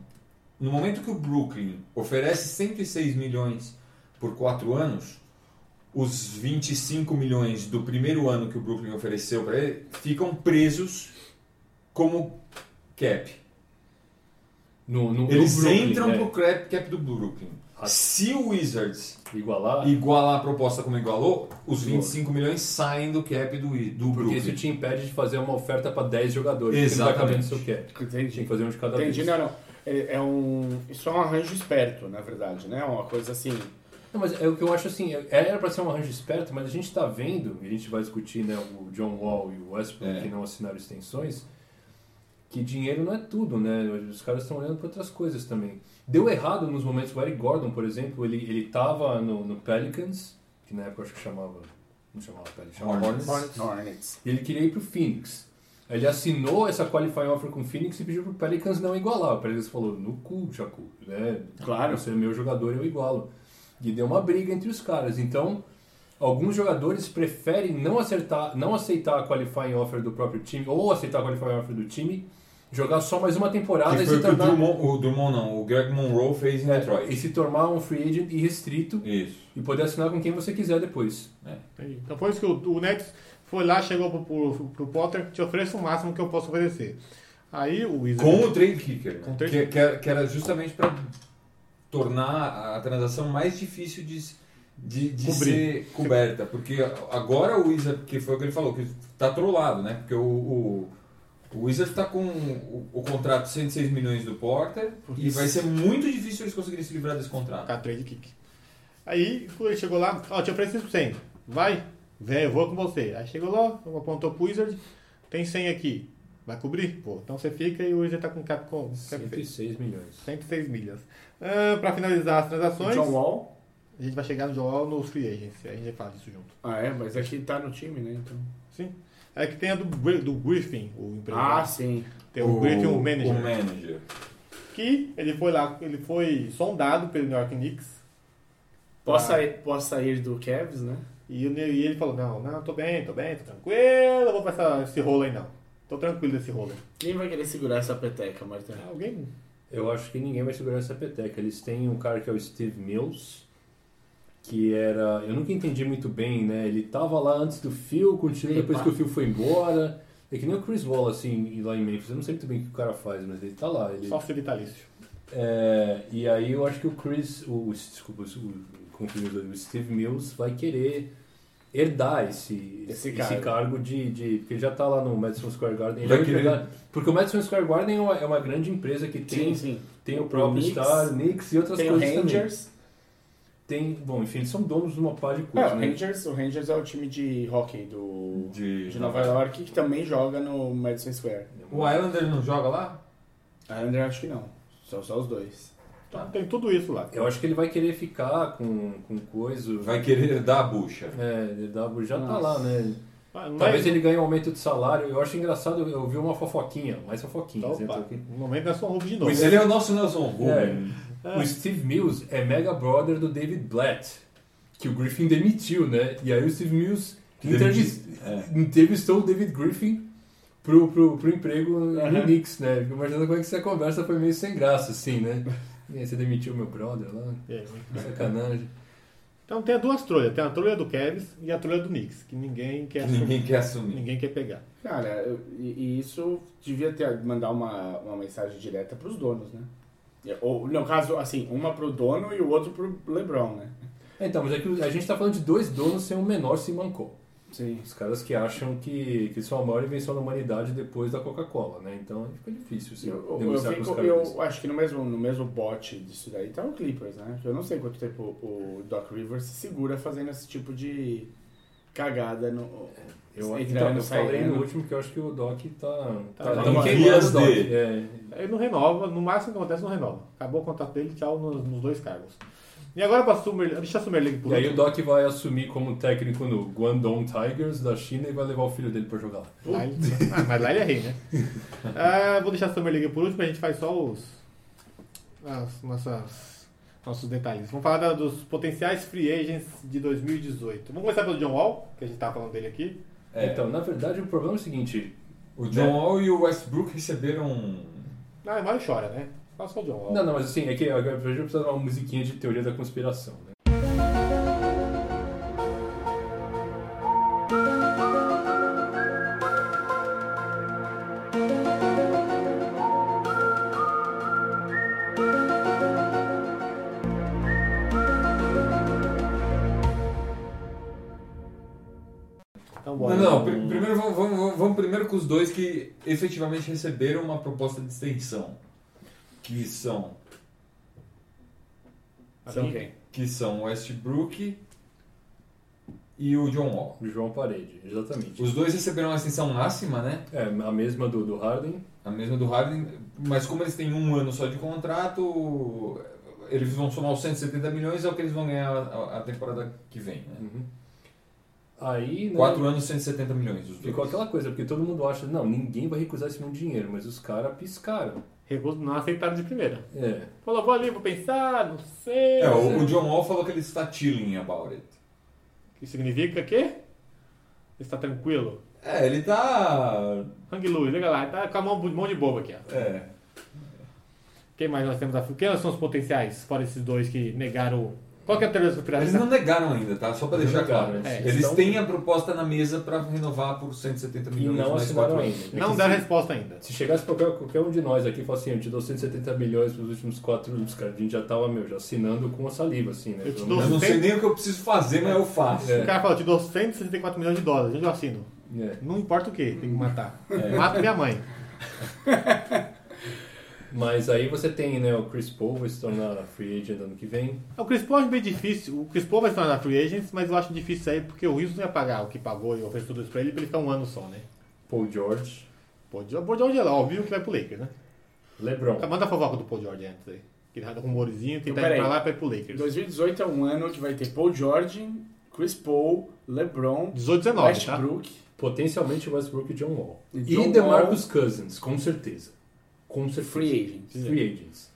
Speaker 1: no momento que o Brooklyn oferece 106 milhões por 4 anos, os 25 milhões do primeiro ano que o Brooklyn ofereceu para ele ficam presos como cap.
Speaker 4: No, no, no
Speaker 1: Eles
Speaker 4: Brooklyn,
Speaker 1: entram
Speaker 4: né?
Speaker 1: pro cap, cap do Brooklyn.
Speaker 4: Ah.
Speaker 1: Se o Wizards
Speaker 2: Tá.
Speaker 4: Igualar.
Speaker 1: igualar a proposta como igualou, os 25 milhões saem do cap do, Wi- do
Speaker 4: Porque isso
Speaker 1: Brooklyn.
Speaker 4: te impede de fazer uma oferta para 10 jogadores. porque Não vai caber no seu cap. Tem
Speaker 3: Entendi.
Speaker 4: que fazer um de cada
Speaker 3: Entendi,
Speaker 4: vez.
Speaker 3: não, não. É, é um, isso é um arranjo esperto, na verdade, né? Uma coisa assim.
Speaker 4: Não, mas é o que eu acho assim, é- era para ser um arranjo esperto, mas a gente está vendo, e a gente vai discutir, né, o John Wall e o Westbrook
Speaker 1: É.
Speaker 4: que não assinaram extensões, que dinheiro não é tudo, né? Os caras estão olhando para outras coisas também. Deu errado nos momentos, o Eric Gordon, por exemplo, ele ele tava no, no Pelicans, que na época eu acho que chamava Não chamava Pelican, chamava
Speaker 1: Hornets.
Speaker 4: Hornets.
Speaker 3: Hornets.
Speaker 4: E ele queria ir pro Phoenix. Ele assinou essa qualifying offer com o Phoenix e pediu pro Pelicans não igualar. O Pelicans falou, no cu, Chacu. Né?
Speaker 3: Claro.
Speaker 4: Você é meu jogador, eu igualo. E deu uma briga entre os caras. Então, alguns jogadores preferem não, acertar, não aceitar a qualifying offer do próprio time, ou aceitar a qualifying offer do time, jogar só mais uma temporada
Speaker 1: Que
Speaker 4: e
Speaker 1: foi
Speaker 4: se
Speaker 1: o que o
Speaker 4: tornar...
Speaker 1: Drummond, o Drummond não, o Greg Monroe fez em
Speaker 4: e
Speaker 1: Detroit.
Speaker 4: se tornar um free agent irrestrito
Speaker 1: Isso.
Speaker 4: e poder assinar com quem você quiser depois.
Speaker 2: Entendi. Então foi isso que o, o Nets foi lá, chegou pro, pro, pro Potter, te ofereço o máximo que eu posso oferecer. Aí o Wizard.
Speaker 1: Com o trade kicker,
Speaker 2: Com o
Speaker 1: né?
Speaker 2: trade
Speaker 1: que, que era- que era justamente para tornar a transação mais difícil de, s- de, de
Speaker 2: Cobrir.
Speaker 1: ser coberta, porque agora o Wizard, que foi o que ele falou, que tá trollado, né? Porque o, o, o Wizard tá com o, o contrato de 106 milhões do Porter e vai ser muito difícil eles conseguirem se livrar desse contrato.
Speaker 2: Tá, trade kick. Aí quando ele chegou lá, ó, te ofereço 100. Vai, vem, eu vou com você. Aí chegou lá, apontou pro Wizard, tem 100 aqui. Vai cobrir? Pô, então você fica e o Wizard tá com cap com cap feito.
Speaker 4: 106 milhões.
Speaker 2: 106 milhas. Ah, pra finalizar as transações,
Speaker 3: John Wall.
Speaker 2: a gente vai chegar no Joel nos free agents. A gente vai falar disso junto.
Speaker 3: Ah, é, mas aqui tá no time, né? Então.
Speaker 2: Sim. É que tem a do, Gri- do Griffin, o
Speaker 3: Ah,
Speaker 2: empresário.
Speaker 3: sim.
Speaker 2: tem um o, Griffin, o manager.
Speaker 1: O um manager.
Speaker 2: Que ele foi lá, ele foi sondado pelo New York Knicks.
Speaker 3: Posso,
Speaker 2: Ah.
Speaker 3: sair, posso sair do Cavs, né?
Speaker 2: E, o Ne- e ele falou, não, não, tô bem, tô bem, tô tranquilo, não vou passar esse rolo aí não. Tô tranquilo desse rolo aí. É,
Speaker 3: Quem vai querer segurar essa peteca, Marta?
Speaker 2: Alguém?
Speaker 4: Eu acho que ninguém vai segurar essa peteca. Eles têm um cara que é o Steve Mills, que era. Eu nunca entendi muito bem, né? Ele tava lá antes do Phil, continuou depois que o Phil foi embora. É que nem o Chris Wall, assim, lá em Memphis. Eu não sei muito bem o que o cara faz, mas ele tá lá. Ele,
Speaker 2: Sócio vitalício.
Speaker 4: é, e aí eu acho que o Chris, o, desculpa, o, consumidor, o Steve Mills vai querer herdar esse,
Speaker 3: Esse
Speaker 4: esse,
Speaker 3: cargo.
Speaker 4: cargo. de, de- Porque ele já tá lá no Madison Square Garden. ele
Speaker 1: Vai
Speaker 4: vai
Speaker 1: querer-
Speaker 4: pegar- porque o Madison Square Garden é uma, é uma grande empresa que tem,
Speaker 3: sim.
Speaker 4: tem
Speaker 3: O
Speaker 4: o próprio
Speaker 3: Knicks,
Speaker 4: Star, Knicks e outras
Speaker 3: Tem o
Speaker 4: coisas
Speaker 3: Rangers.
Speaker 4: também. Tem, bom, enfim, eles são donos de uma pá de
Speaker 3: É,
Speaker 4: coisas,
Speaker 3: o
Speaker 4: né?
Speaker 3: Rangers, o Rangers é o time de hockey do, de,
Speaker 1: De,
Speaker 3: Nova York que também joga no Madison Square.
Speaker 1: O Islander não joga lá?
Speaker 3: A André acho que não. São só os dois.
Speaker 2: Então tem tudo isso lá.
Speaker 4: Eu acho que ele vai querer ficar com, com coisa.
Speaker 1: Vai querer dar a bucha.
Speaker 4: É, ele dá- já tá
Speaker 3: Nossa.
Speaker 4: lá, né?
Speaker 2: Ah, não
Speaker 4: Talvez
Speaker 2: é-
Speaker 4: ele ganhe um aumento de salário. Eu acho engraçado, eu vi uma fofoquinha, mais né? fofoquinha.
Speaker 2: Então, opa, no momento é só roubo de novo.
Speaker 1: Pois ele é o nosso Nelson Rubin.
Speaker 4: O Steve Mills é mega brother do David Blatt, que o Griffin demitiu, né? E aí o Steve Mills entrevist-
Speaker 1: É.
Speaker 4: entrevistou o David Griffin pro, pro, pro emprego
Speaker 3: Aham.
Speaker 4: no Knicks, né? Fico imaginando como é que essa conversa foi meio sem graça, assim, né? E aí, Você demitiu meu brother lá,
Speaker 2: É.
Speaker 4: que sacanagem.
Speaker 2: Então tem duas trolhas. Tem a trolha do Kevs e a trolha do Knicks, que ninguém quer
Speaker 1: Que ninguém quer
Speaker 2: assumir,
Speaker 1: assumir.
Speaker 2: ninguém quer pegar.
Speaker 3: Cara, eu- e, e isso devia ter mandar uma, uma mensagem direta pros donos, né? E- Ou, no caso, assim, uma pro dono e o outro pro LeBron, né?
Speaker 4: É, Então, mas é que a gente tá falando de dois donos sem o menor se mancou.
Speaker 3: Sim.
Speaker 4: Os caras que acham que, que são a maior invenção da humanidade depois da Coca-Cola, né? Então fica difícil assim,
Speaker 3: Eu, eu,
Speaker 4: negociar com
Speaker 3: fico-
Speaker 4: os caras. desses.
Speaker 3: eu acho que no mesmo, no mesmo bote disso daí tá o Clippers, né? Que Eu não sei quanto tempo o Doc Rivers se segura fazendo esse tipo de cagada no.
Speaker 4: Eu,
Speaker 3: Entre
Speaker 4: então, eu
Speaker 3: ambos
Speaker 4: falei
Speaker 3: saírem,
Speaker 4: no
Speaker 3: né?
Speaker 4: último que eu acho que o Doc tá.
Speaker 2: Tá
Speaker 4: tá,
Speaker 2: dando
Speaker 4: tá
Speaker 1: vias
Speaker 4: o Doc.
Speaker 1: dele.
Speaker 4: É.
Speaker 2: Ele não renova, no máximo que acontece, não renova. Acabou o contrato dele, tchau nos, nos dois cargos. E agora pra Summer, deixa a Summer League por
Speaker 4: E aí o
Speaker 2: último.
Speaker 4: Doc vai assumir como técnico no Guangdong Tigers da China e vai levar o filho dele pra jogar. lá.
Speaker 2: Lá ele- ah, mas lá ele é rei, né? Ah, vou deixar a Summer League por último, a gente faz só os. as nossas, nossos detalhes. Vamos falar da- dos potenciais free agents de 2018. Vamos começar pelo John Wall, que a gente tava falando dele aqui.
Speaker 1: É.
Speaker 4: Então, na verdade, o problema é o seguinte.
Speaker 1: O
Speaker 2: Né?
Speaker 1: John Wall e o Westbrook receberam. um-
Speaker 2: Ah, é Mário chora, né? Fala só o John Wall.
Speaker 4: Não, não, mas assim, é que agora a gente precisa de uma musiquinha de teoria da conspiração, né?
Speaker 2: Então,
Speaker 1: Não,
Speaker 2: bora.
Speaker 1: não, pr- primeiro vamos, vamos- vamos- vamos primeiro com os dois que efetivamente receberam uma proposta de extensão. Que são.
Speaker 2: Assim,
Speaker 3: São quem?
Speaker 1: Que são o Westbrook e o John Wall.
Speaker 4: O João Parede, exatamente.
Speaker 1: Os dois receberam uma extensão máxima, né?
Speaker 4: É, a mesma do, do Harden.
Speaker 1: A mesma do Harden, mas como eles têm um ano só de contrato, eles vão somar os 170 milhões, é o que eles vão ganhar a, a temporada que vem, né?
Speaker 4: Uhum. Aí, né,
Speaker 1: 4 anos, 170 milhões. Os
Speaker 4: ficou
Speaker 1: dois.
Speaker 4: aquela coisa, porque todo mundo acha, não, ninguém vai recusar esse monte de dinheiro, mas os caras piscaram.
Speaker 2: Recurso não aceitaram de primeira.
Speaker 4: É.
Speaker 2: Falou, vou ali, vou pensar, não sei.
Speaker 1: É, o, o John Wall falou que ele está chilling about it.
Speaker 2: Que significa que está tranquilo.
Speaker 1: É, ele tá.
Speaker 2: Hang Louis, liga lá, tá com a mão, mão de boba aqui, ó.
Speaker 1: É.
Speaker 2: Quem mais nós temos? aqui? Quem são os potenciais, fora esses dois que negaram... Qual que é a teoria da
Speaker 1: Eles
Speaker 2: conspiração?
Speaker 1: não negaram ainda, tá? Só pra
Speaker 4: Não
Speaker 1: deixar
Speaker 4: negaram,
Speaker 1: claro.
Speaker 4: né?
Speaker 1: Eles
Speaker 4: Então-
Speaker 1: têm a proposta na mesa pra renovar por 170
Speaker 4: E
Speaker 1: milhões
Speaker 4: não
Speaker 1: mais 4
Speaker 4: assinaram ainda.
Speaker 1: anos.
Speaker 4: É
Speaker 2: Não
Speaker 4: que
Speaker 2: deram
Speaker 4: se,
Speaker 2: resposta ainda.
Speaker 4: se chegasse qualquer, qualquer um de nós aqui e falasse assim, eu te dou 170 milhões nos últimos quatro anos, cara, a gente já tava, meu, já assinando com a saliva, assim, né?
Speaker 2: Eu te
Speaker 4: Pelo
Speaker 2: dou
Speaker 1: Eu
Speaker 4: menos-
Speaker 1: não sei
Speaker 2: Tem-
Speaker 1: nem o que eu preciso fazer, mas eu faço.
Speaker 2: O
Speaker 4: É.
Speaker 2: cara falou, te dou 164 milhões de dólares, onde eu assino?
Speaker 4: É.
Speaker 2: Não importa o que, tem que matar.
Speaker 3: É.
Speaker 2: Mata minha mãe.
Speaker 4: Mas aí você tem, né, o Chris Paul vai se tornar free agent ano que vem.
Speaker 2: O Chris Paul é bem difícil. O Chris Paul vai se tornar free agents, mas eu acho difícil sair porque o Wilson ia pagar o que pagou e ofereceu tudo isso pra ele pra ele ficar um ano só, né?
Speaker 4: Paul George,
Speaker 2: Paul George, Paul George é lá, óbvio que vai pro Lakers, né?
Speaker 4: LeBron.
Speaker 2: Manda a fofoca do Paul George antes aí. Que ele tá com rumorezinho,
Speaker 3: Então,
Speaker 2: tentar ir
Speaker 3: peraí.
Speaker 2: pra lá pra ir pro Lakers.
Speaker 3: 2018 é um ano que vai ter Paul George, Chris Paul, LeBron,
Speaker 2: 18, 19, tá?
Speaker 3: Westbrook.
Speaker 4: Potencialmente Westbrook e John Wall.
Speaker 3: E
Speaker 4: E,
Speaker 3: John
Speaker 4: DeMarcus Cousins, com certeza. Com certeza.
Speaker 3: Free agent.
Speaker 4: Free agents.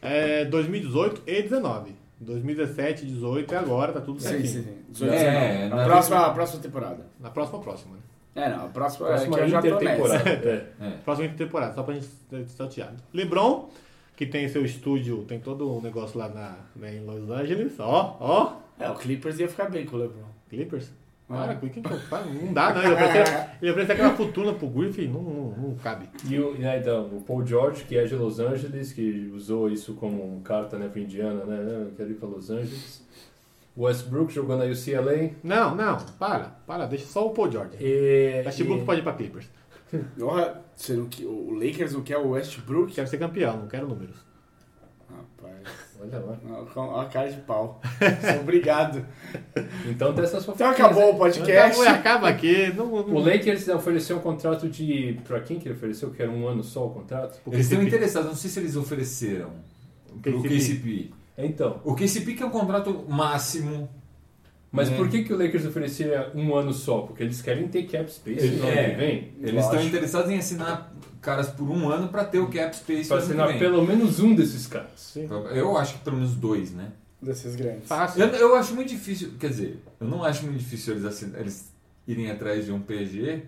Speaker 2: É 2018 e 19. 2017, 18 e agora, tá tudo
Speaker 3: Sim,
Speaker 2: certinho.
Speaker 3: sim, sim. 18,
Speaker 1: É,
Speaker 3: 19.
Speaker 1: na
Speaker 3: a, próxima, a próxima temporada.
Speaker 2: Na próxima, próxima, né?
Speaker 3: É, não, a próxima,
Speaker 4: Próxima
Speaker 3: é que eu já tô nessa.
Speaker 4: intertemporada. É.
Speaker 2: Próxima temporada, só pra gente sortear. LeBron, que tem seu estúdio, tem todo o negócio lá na, né, em Los Angeles. Ó, ó,
Speaker 3: É, o Clippers ia ficar bem com o LeBron.
Speaker 2: Clippers.
Speaker 3: Ah.
Speaker 2: Para, com quem que eu falo? Não dá, não. Ele oferece, ele oferece aquela fortuna pro Griffin, não, não, não cabe.
Speaker 4: E o, né, então, o Paul George, que é de Los Angeles, que usou isso como carta né, pra Indiana, né? Eu quero ir pra Los Angeles. O Westbrook jogando a UCLA.
Speaker 2: Não, não, para, para, deixa só o Paul George.
Speaker 4: E,
Speaker 2: Westbrook
Speaker 4: e-
Speaker 2: pode ir pra Clippers.
Speaker 3: Porra, você não que- o Lakers não quer o Westbrook?
Speaker 2: Quero ser campeão, não quero números.
Speaker 3: Rapaz,
Speaker 4: Olha lá.
Speaker 3: olha a cara de pau. Obrigado.
Speaker 4: Então tem essas
Speaker 3: Então acabou o podcast.
Speaker 2: Então, acaba aqui. Não, não,
Speaker 4: O Lakers ofereceu um contrato de. Pra quem que ele ofereceu? Que era um ano só o contrato?
Speaker 2: o
Speaker 1: Eles estão
Speaker 2: KCP.
Speaker 1: interessados, não sei se eles ofereceram pro
Speaker 2: KCP.
Speaker 1: KCP.
Speaker 4: Então.
Speaker 1: O KCP que é um contrato máximo.
Speaker 4: Mas
Speaker 1: É.
Speaker 4: por que, que o Lakers oferecia um ano só? Porque eles querem ter cap space
Speaker 1: Ele-
Speaker 4: no ano
Speaker 1: é.
Speaker 4: que vem.
Speaker 1: Eles estão
Speaker 3: Lógico.
Speaker 1: interessados em assinar caras por um ano pra ter o cap space.
Speaker 4: Pra
Speaker 1: ano que
Speaker 4: assinar
Speaker 1: vem.
Speaker 4: pelo menos um desses caras.
Speaker 2: Sim.
Speaker 1: Eu acho que pelo menos dois, né?
Speaker 3: Desses grandes.
Speaker 1: Eu,
Speaker 2: Fácil.
Speaker 1: eu acho muito difícil, quer dizer, eu não acho muito difícil eles, assin- eles irem atrás de um PG,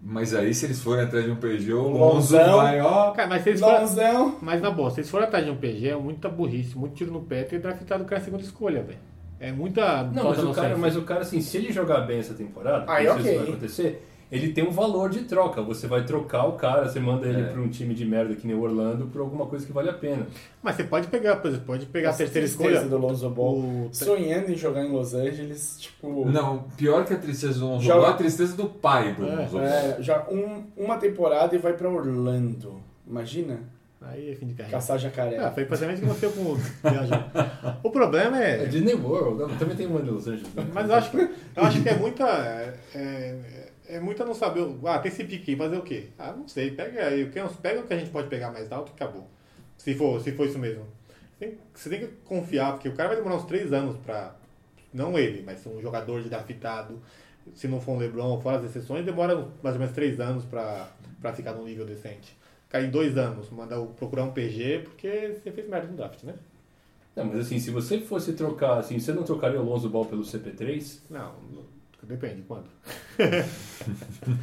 Speaker 1: mas aí se eles forem atrás de um PG, o Lonzo
Speaker 3: Lonzão.
Speaker 1: vai, ó.
Speaker 2: Cara, mas se eles forem-
Speaker 3: Lonzão.
Speaker 2: Mas na boa, se eles forem atrás de um PG, é muita burrice, muito tiro no pé ter draftado o cara a segunda escolha, velho. É muita.
Speaker 4: Não, mas
Speaker 2: falta
Speaker 4: o, cara,
Speaker 2: noção.
Speaker 4: mas o cara, assim, se ele jogar bem essa temporada,
Speaker 3: Aí,
Speaker 4: não sei se
Speaker 3: ok.
Speaker 4: vai acontecer, ele tem um valor de troca. Você vai trocar o cara, você manda ele
Speaker 1: É.
Speaker 4: pra um time de merda que nem o Orlando por alguma coisa que vale a pena.
Speaker 2: Mas você pode pegar, por exemplo, pode pegar a terceira
Speaker 3: Tristeza
Speaker 2: escolha.
Speaker 3: do Lonzo Ball.
Speaker 2: O-
Speaker 3: Sonhando em jogar em Los Angeles, tipo...
Speaker 1: Não, pior que a tristeza do Lonzo
Speaker 3: Joga-
Speaker 1: Ball é a tristeza do pai do
Speaker 2: É,
Speaker 1: Lonzo Ball.
Speaker 3: É, já um- uma temporada e vai pra Orlando. Imagina?
Speaker 2: Aí é fim de carreira.
Speaker 3: Caçar jacaré.
Speaker 2: Ah, foi praticamente o que aconteceu com o viagem. O problema
Speaker 4: É
Speaker 2: é.
Speaker 4: Disney World, não, também tem um ano em Los Angeles. né?
Speaker 2: Mas eu acho que, eu acho que é muita. É, é, é muita não saber. o- Ah, tem esse pique aí, fazer o quê? Ah, não sei. Pega aí. o que- é Pega o que a gente pode pegar mais alto e acabou. Se for, se for isso mesmo. Tem- você tem que confiar, porque o cara vai demorar uns três anos pra. Não ele, mas um jogador de draftado. Se não for um Lebron, fora as exceções, demora mais ou menos três anos pra, pra ficar num nível decente. Cair em dois anos, mandar o- procurar um PG, porque você fez merda no draft, né?
Speaker 4: Não, mas assim, se você fosse trocar, assim, você não trocaria o Lonzo Ball pelo CP3?
Speaker 2: Não, não- depende quando.